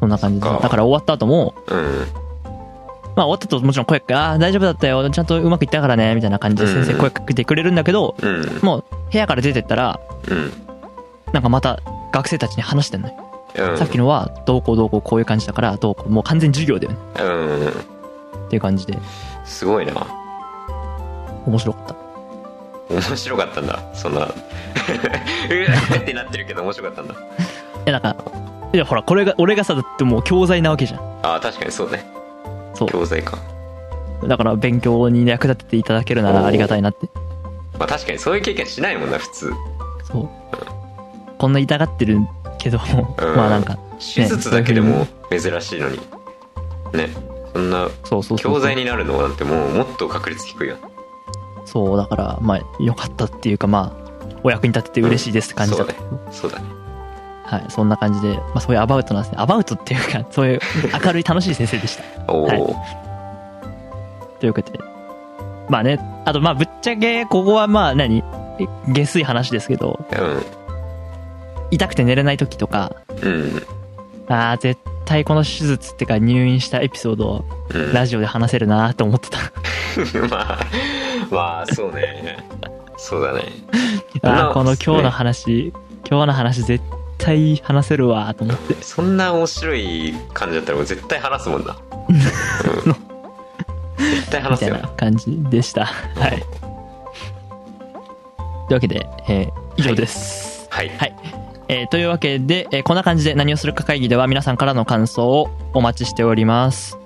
[SPEAKER 3] そんな感じで
[SPEAKER 2] そっか
[SPEAKER 3] だから終わった後も
[SPEAKER 2] うん
[SPEAKER 3] まあ終わったともちろん声かけああ大丈夫だったよちゃんとうまくいったからねみたいな感じで
[SPEAKER 2] うん
[SPEAKER 3] 先生声かけてくれるんだけど、
[SPEAKER 2] うん
[SPEAKER 3] もう部屋から出てったら
[SPEAKER 2] うん
[SPEAKER 3] なんかまた学生たちに話してんのよ、
[SPEAKER 2] うん
[SPEAKER 3] さっきのはどうこうどうこうこういう感じだからどうこうもう完全授業だよね
[SPEAKER 2] うん
[SPEAKER 3] っていう感じです
[SPEAKER 2] ごいな
[SPEAKER 3] 面白かった
[SPEAKER 2] 面白かったんだそんな うわーってなってるけど面白かったんだ
[SPEAKER 3] えなんかいやほらこれが俺がさだってもう教材なわけじゃん
[SPEAKER 2] ああ確かにそうね
[SPEAKER 3] そう
[SPEAKER 2] 教材か
[SPEAKER 3] だから勉強に役立てていただけるな
[SPEAKER 2] お
[SPEAKER 3] ら
[SPEAKER 2] ー
[SPEAKER 3] ありがたいなって
[SPEAKER 2] まあ確かにそういう経験しないもんな普通
[SPEAKER 3] そうこんな痛がってるけどまあなんか、ね、
[SPEAKER 2] 手術だけで
[SPEAKER 3] そうい
[SPEAKER 2] も
[SPEAKER 3] う
[SPEAKER 2] 珍しいのにねそん
[SPEAKER 3] ふ
[SPEAKER 2] な
[SPEAKER 3] うにそうそうそう
[SPEAKER 2] 教材になるのなんてもうもっと確率低いよ
[SPEAKER 3] そうだからまあよかったっていうかまあお役に立てて嬉しいですって感じだった、
[SPEAKER 2] そうだね
[SPEAKER 3] はい、そんな感じで、まあ、そういうアバウトなんですね。アバウトっていうか、そう いう明るい楽しい先生でした。
[SPEAKER 2] おお、
[SPEAKER 3] はいというわけで。まあね、あとまあぶっちゃけ、ここはまあ何え下水話ですけど、痛くて寝れない時とか、
[SPEAKER 2] うんうん
[SPEAKER 3] ああ、絶対この手術ってか入院したエピソードを
[SPEAKER 2] うん
[SPEAKER 3] ラジオで話せるなと思ってた。
[SPEAKER 2] まあまあそうねそうだね
[SPEAKER 3] あ
[SPEAKER 2] あ
[SPEAKER 3] あ、この今日
[SPEAKER 2] ね
[SPEAKER 3] の話、今日の話絶対話せるわと思って。
[SPEAKER 2] そんな面白い感じだったらもう絶対話すもんな、うん絶対
[SPEAKER 3] み
[SPEAKER 2] 話す
[SPEAKER 3] たい
[SPEAKER 2] よ
[SPEAKER 3] な感じでした。はい。というわけで、えー以上です。
[SPEAKER 2] はい、
[SPEAKER 3] はい。えーというわけで、えーこんな感じで何をするか会議では皆さんからの感想をお待ちしております。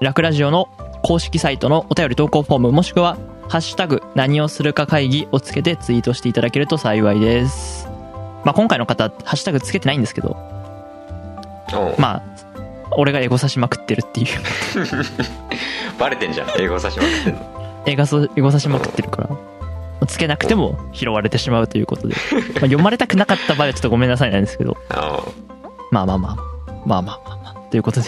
[SPEAKER 3] ラクラジオの公式サイトのお便り投稿フォームもしくは、ハッシュタグ何をするか会議をつけてツイートしていただけると幸いです。まあ、今回の方、ハッシュタグつけてないんですけど、
[SPEAKER 2] おう
[SPEAKER 3] まあ、俺がエゴさしまくってるっていう。
[SPEAKER 2] バレてんじゃん英語差しまくってんの
[SPEAKER 3] 映画そエゴさしまくってるからつけなくても拾われてしまうということで、まあ、読まれたくなかった場合はちょっとごめんなさいなんですけど
[SPEAKER 2] あ
[SPEAKER 3] まあまあまあまあまあまあまあという ことで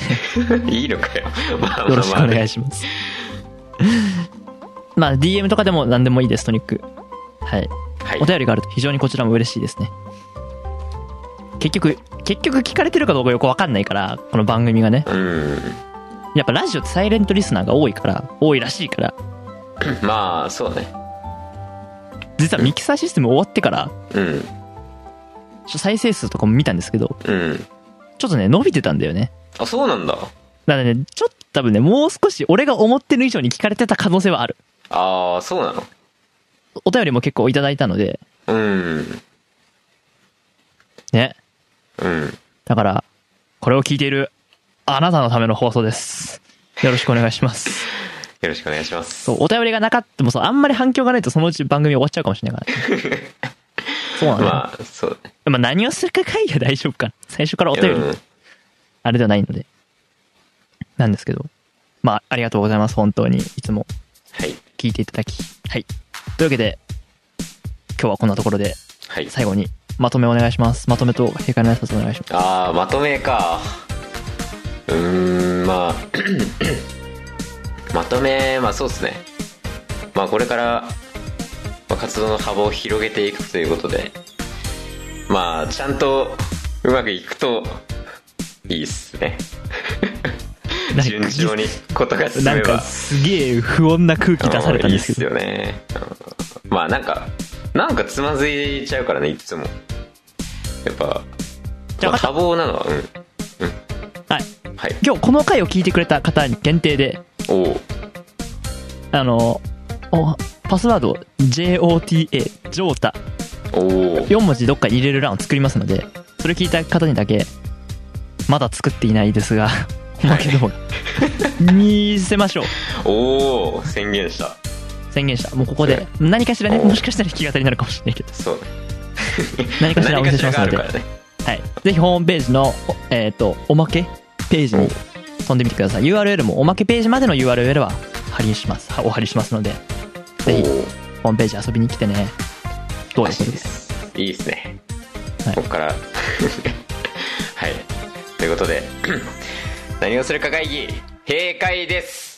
[SPEAKER 2] おいいのかよまあまあまあ
[SPEAKER 3] よろしくお願いします まあ DM とかでも何でもいいですとにかくはい
[SPEAKER 2] はい
[SPEAKER 3] お便りがあると非常にこちらも嬉しいですね結局結局聞かれてるかどうかよくわかんないからこの番組がね
[SPEAKER 2] うん
[SPEAKER 3] やっぱラジオってサイレントリスナーが多いから多いらしいから
[SPEAKER 2] まあそうね
[SPEAKER 3] 実はミキサーシステム終わってから
[SPEAKER 2] うん
[SPEAKER 3] ちょっと再生数とかも見たんですけど
[SPEAKER 2] うん
[SPEAKER 3] ちょっとね、伸びてたんだよね。
[SPEAKER 2] あそうなんだ
[SPEAKER 3] だからね、ちょっと多分ね、もう少し俺が思ってる以上に聞かれてた可能性はある。
[SPEAKER 2] ああそうなの
[SPEAKER 3] お便りも結構いただいたので、
[SPEAKER 2] うん
[SPEAKER 3] ね。
[SPEAKER 2] うん
[SPEAKER 3] だから、これを聞いているあなたのための放送です。よろしくお願いします。
[SPEAKER 2] よろしくお願いします
[SPEAKER 3] そう、お便りがなかったもそう、あんまり反響がないとそのうち番組終わっちゃうかもしれないから、ね。そうなんだ、 まあ、
[SPEAKER 2] まあそうね
[SPEAKER 3] まあ何をするか会議は大丈夫かな。最初からお便り、
[SPEAKER 2] うん
[SPEAKER 3] あれではないので。なんですけど。まあ、ありがとうございます、本当に。いつも
[SPEAKER 2] はい
[SPEAKER 3] 聞いていただき。はい。というわけで、今日はこんなところで、
[SPEAKER 2] はい
[SPEAKER 3] 最後にまとめお願いします。まとめと閉会の挨拶お願いします。
[SPEAKER 2] ああまとめかうーんまあ まとめまあそうですねまあこれから、まあ、活動の幅を広げていくということでまあちゃんとうまくいくといいっすね
[SPEAKER 3] なんか
[SPEAKER 2] 順調にことが進
[SPEAKER 3] なん
[SPEAKER 2] めば
[SPEAKER 3] か、すげえ不穏な空気出されたんですけど。
[SPEAKER 2] うんいいっすよね、うんまあなんかなんかつまずいちゃうからねいつもやっぱ、
[SPEAKER 3] じゃ
[SPEAKER 2] ま
[SPEAKER 3] あ
[SPEAKER 2] あ、多忙なのはうん
[SPEAKER 3] はい。
[SPEAKER 2] はい
[SPEAKER 3] 今日この回を聞いてくれた方に限定で、
[SPEAKER 2] おお
[SPEAKER 3] あの、おパスワード JOTA、ジョータ、
[SPEAKER 2] おお
[SPEAKER 3] 4文字どっかに入れる欄を作りますので、それ聞いた方にだけ、まだ作っていないですが、おまけ動画、見せましょう。
[SPEAKER 2] おお宣言した
[SPEAKER 3] 宣言した。もうここで、何かしらね、もしかしたら弾き語りになるかもしれないけど、
[SPEAKER 2] そうね
[SPEAKER 3] 何かしらお見せしますので、
[SPEAKER 2] 何かしらがあるか
[SPEAKER 3] は
[SPEAKER 2] らね
[SPEAKER 3] い。ぜひホームページの、おえっ、と、おまけページに飛んでみてください。URL もおまけページまでの URL は貼りします。はお貼りしますので、ぜひホ
[SPEAKER 2] おー
[SPEAKER 3] ームページ遊びに来てね。どういうことです
[SPEAKER 2] いいですね、
[SPEAKER 3] はい
[SPEAKER 2] ここから はい ということで何をするか会議閉会です